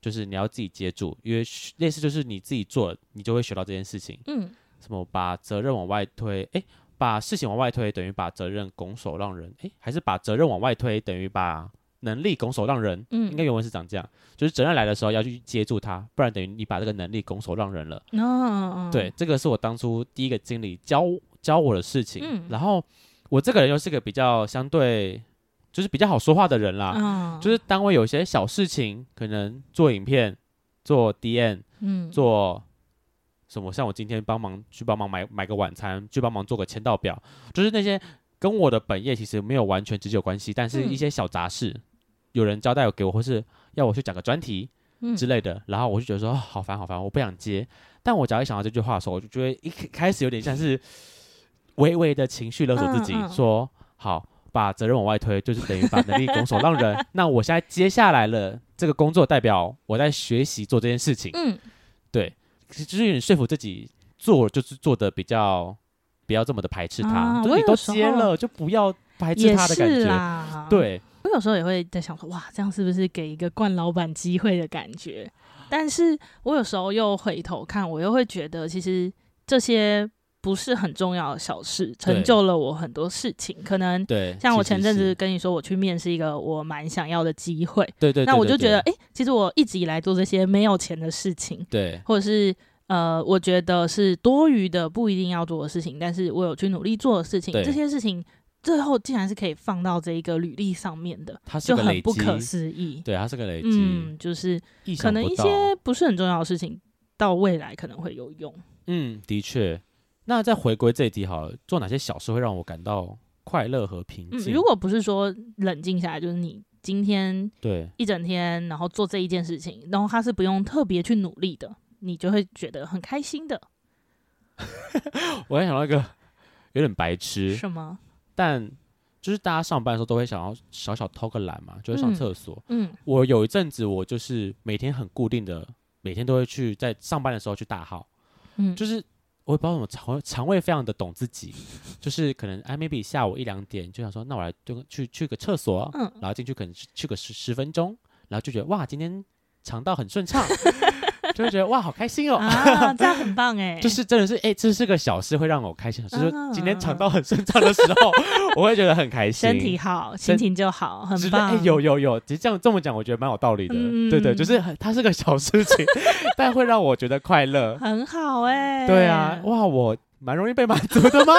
Speaker 2: 就是你要自己接住，因为类似就是你自己做，你就会学到这件事情。
Speaker 1: 嗯
Speaker 2: 什么把责任往外推，诶，把事情往外推等于把责任拱手让人，诶，还是把责任往外推等于把能力拱手让人，应
Speaker 1: 嗯，
Speaker 2: 该原文是长这样，就是责任来的时候要去接住它，不然等于你把这个能力拱手让人了。
Speaker 1: 嗯那
Speaker 2: 对，，这个是我当初第一个经理教教我的事情。
Speaker 1: 嗯
Speaker 2: 然后我这个人又是个比较相对就是比较好说话的人啦，
Speaker 1: 嗯，
Speaker 2: 啊就是单位有些小事情，可能做影片、做 DN、
Speaker 1: 嗯
Speaker 2: 做什么？像我今天帮忙去帮忙买买个晚餐，去帮忙做个签到表，就是那些跟我的本业其实没有完全直接有关系，但是一
Speaker 1: 嗯
Speaker 2: 些小杂事，有人交代给我，或是要我去讲个专题
Speaker 1: 嗯
Speaker 2: 之类的，然后我就觉得说、哦好烦好烦，我不想接。但我只要一想到这句话的时候，我就觉得一开始有点像是 微微的情绪勒索自己，
Speaker 1: 嗯嗯
Speaker 2: 说好。把责任往外推，就是等于把能力拱手让人。 那我现在接下来了，这个工作代表我在学习做这件事情。
Speaker 1: 嗯
Speaker 2: 其实就是有点说服自己做，就是做的比较不要这么的排斥它，
Speaker 1: 啊
Speaker 2: 就是
Speaker 1: 我
Speaker 2: 你
Speaker 1: 有
Speaker 2: 都
Speaker 1: 时
Speaker 2: 接
Speaker 1: 候
Speaker 2: 了就不要排斥
Speaker 1: 也
Speaker 2: 它的感
Speaker 1: 是
Speaker 2: 觉。
Speaker 1: 啦，。
Speaker 2: 对，
Speaker 1: 我有时候也会在想说，哇，这样是不是给一个惯老板机会的感觉？但是我有时候又回头看，我又会觉得，其实这些不是很重要的小事，成就了我很多事情。可能
Speaker 2: 对，
Speaker 1: 像我
Speaker 2: 嗯其实
Speaker 1: 前阵
Speaker 2: 是
Speaker 1: 子，跟你说，我去面试一个我蛮想要的机会，
Speaker 2: 对对对
Speaker 1: 那我
Speaker 2: 对
Speaker 1: 就觉
Speaker 2: 对
Speaker 1: 得，诶，其实我一直以来做这些没有钱的事情，
Speaker 2: 对，
Speaker 1: 或者是呃，我觉得是多余的，不一定要做的事情，但是我有去努力做的事情，
Speaker 2: 对
Speaker 1: 这些事情最后竟然是可以放到这一个履历上面的，
Speaker 2: 它是
Speaker 1: 就
Speaker 2: 个累
Speaker 1: 很
Speaker 2: 积，
Speaker 1: 不可思议。
Speaker 2: 对，它是个累积，
Speaker 1: 嗯，就是
Speaker 2: 意
Speaker 1: 可
Speaker 2: 想
Speaker 1: 能
Speaker 2: 不
Speaker 1: 一
Speaker 2: 到
Speaker 1: 些不是很重要的事情，到未来可能会有用。
Speaker 2: 嗯，的确。那再回归这一题好了，做哪些小事会让我感到快乐和平
Speaker 1: 嗯，
Speaker 2: 静？
Speaker 1: 如果不是说冷静下来，就是你今天
Speaker 2: 对，
Speaker 1: 一整天，然后做这一件事情，然后他是不用特别去努力的，你就会觉得很开心的，
Speaker 2: 我还想到一个有点白痴，
Speaker 1: 是吗？
Speaker 2: 但就是大家上班的时候都会想要小小偷个懒嘛，就会上
Speaker 1: 嗯
Speaker 2: 厕所。
Speaker 1: 嗯
Speaker 2: 我有一阵子，我就是每天很固定的，每天都会去在上班的时候去大号，
Speaker 1: 嗯，
Speaker 2: 就是我也不知道怎么肠胃肠胃非常的懂自己，就是可能哎 maybe 下午一两点就想说，那我来就去去个厕所，
Speaker 1: 嗯
Speaker 2: 然后进去可能去去个十十分钟，然后就觉得哇今天肠道很 顺畅，就会觉得哇好开心哦。
Speaker 1: 啊，这样很棒哎、
Speaker 2: 就是真的是，哎、这是个小事，会让我开心。就是
Speaker 1: 啊
Speaker 2: 今天肠道很顺畅的时候， 我会觉得很开心。
Speaker 1: 身体好，心
Speaker 2: 身
Speaker 1: 情就好，
Speaker 2: 之
Speaker 1: 很
Speaker 2: 类
Speaker 1: 棒。
Speaker 2: 哎有有有，其实这样这么讲，我觉得蛮有道理的。
Speaker 1: 嗯
Speaker 2: 对对，就是很它是个小 事情，但会让我觉得快乐。
Speaker 1: 很好哎、
Speaker 2: 对啊，哇，我蛮容易被满足的 吗？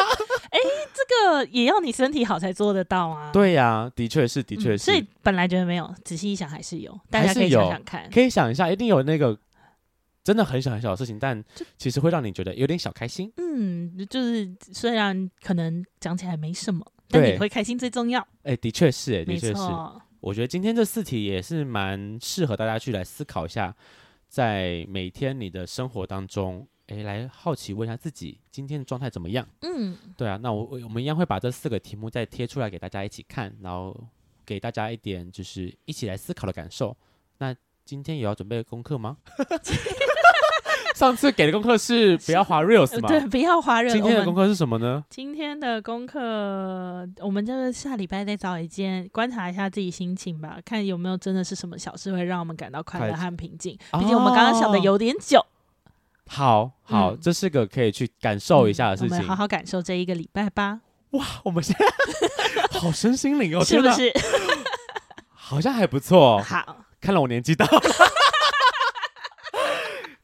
Speaker 1: 这个也要你身体好才做得到啊。
Speaker 2: 对呀、的确是，的
Speaker 1: 嗯，
Speaker 2: 确是。
Speaker 1: 所以本来觉得没有，仔细一想还是有，大
Speaker 2: 还
Speaker 1: 家
Speaker 2: 是
Speaker 1: 可以想
Speaker 2: 有
Speaker 1: 想看。
Speaker 2: 可以想一下，一定有那个真的很小很小的事情，但其实会让你觉得有点小开心。
Speaker 1: 嗯，就是虽然可能讲起来没什么，但
Speaker 2: 对
Speaker 1: 你会开心最重要。
Speaker 2: 哎，的确是，哎，的
Speaker 1: 没
Speaker 2: 确是。
Speaker 1: 错，
Speaker 2: 我觉得今天这四题也是蛮适合大家去来思考一下，在每天你的生活当中，哎、诶，来好奇问一下自己今天的状态怎么样？
Speaker 1: 嗯，
Speaker 2: 对啊，那我我我们一样会把这四个题目再贴出来给大家一起看，然后给大家一点就是一起来思考的感受。那今天也要准备功课吗？ 上次给的功 课是不要滑 reels
Speaker 1: 呃
Speaker 2: 嘛？
Speaker 1: 对，不要华人。
Speaker 2: 今天的
Speaker 1: 我
Speaker 2: 功
Speaker 1: 们
Speaker 2: 课是什么呢？
Speaker 1: 今天的功课，我们就是下礼拜再找一件，观察一下自己心情吧，看有没有真的是什么小事会让我们感到快乐
Speaker 2: 快
Speaker 1: 和平静。毕竟我们刚刚想的
Speaker 2: 哦
Speaker 1: 有点久，
Speaker 2: 好好，
Speaker 1: 嗯
Speaker 2: 这是个可以去感受一下的事
Speaker 1: 我
Speaker 2: 情。
Speaker 1: 们好好感受这一个礼拜吧，
Speaker 2: 我们现在 好身心灵哦，
Speaker 1: 是
Speaker 2: 天
Speaker 1: 不
Speaker 2: 哪？
Speaker 1: 是？
Speaker 2: 好像还不错。哦
Speaker 1: 好，
Speaker 2: 看来我年纪大 了。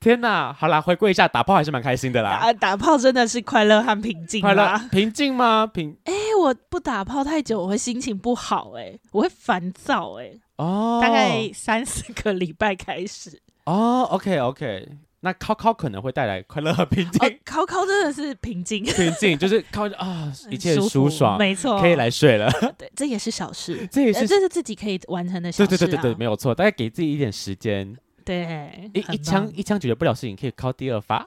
Speaker 2: 天哪，好啦，回归一下，打炮还是蛮开心的啦。
Speaker 1: 打啊打炮真的是快乐和平静
Speaker 2: 快乐
Speaker 1: 吧。
Speaker 2: 平静吗？平
Speaker 1: 因为我不打炮太久，我会心情不好、哎，我会烦躁、哎、
Speaker 2: 哦，
Speaker 1: 大概三四个礼拜开始。
Speaker 2: 哦，OK OK，那靠靠可能会带来快乐和平静，
Speaker 1: 哦，考考真的是平静，
Speaker 2: 平静就是靠啊，一切
Speaker 1: 很
Speaker 2: 舒
Speaker 1: 舒服
Speaker 2: 爽，
Speaker 1: 没错，
Speaker 2: 可以来睡了，。
Speaker 1: 对，这也是小事
Speaker 2: 这也
Speaker 1: 呃
Speaker 2: 是
Speaker 1: 这是自己可以完成的小
Speaker 2: 对
Speaker 1: 事、
Speaker 2: 对
Speaker 1: 啊。
Speaker 2: 对对对，没有错，大概给自己一点时间，
Speaker 1: 对
Speaker 2: 一
Speaker 1: 很
Speaker 2: 一
Speaker 1: 棒
Speaker 2: 枪一枪解决不了事情，可以靠第二发。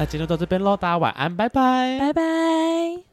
Speaker 2: 那今天就到这边喽，大家晚安，拜拜
Speaker 1: 拜拜。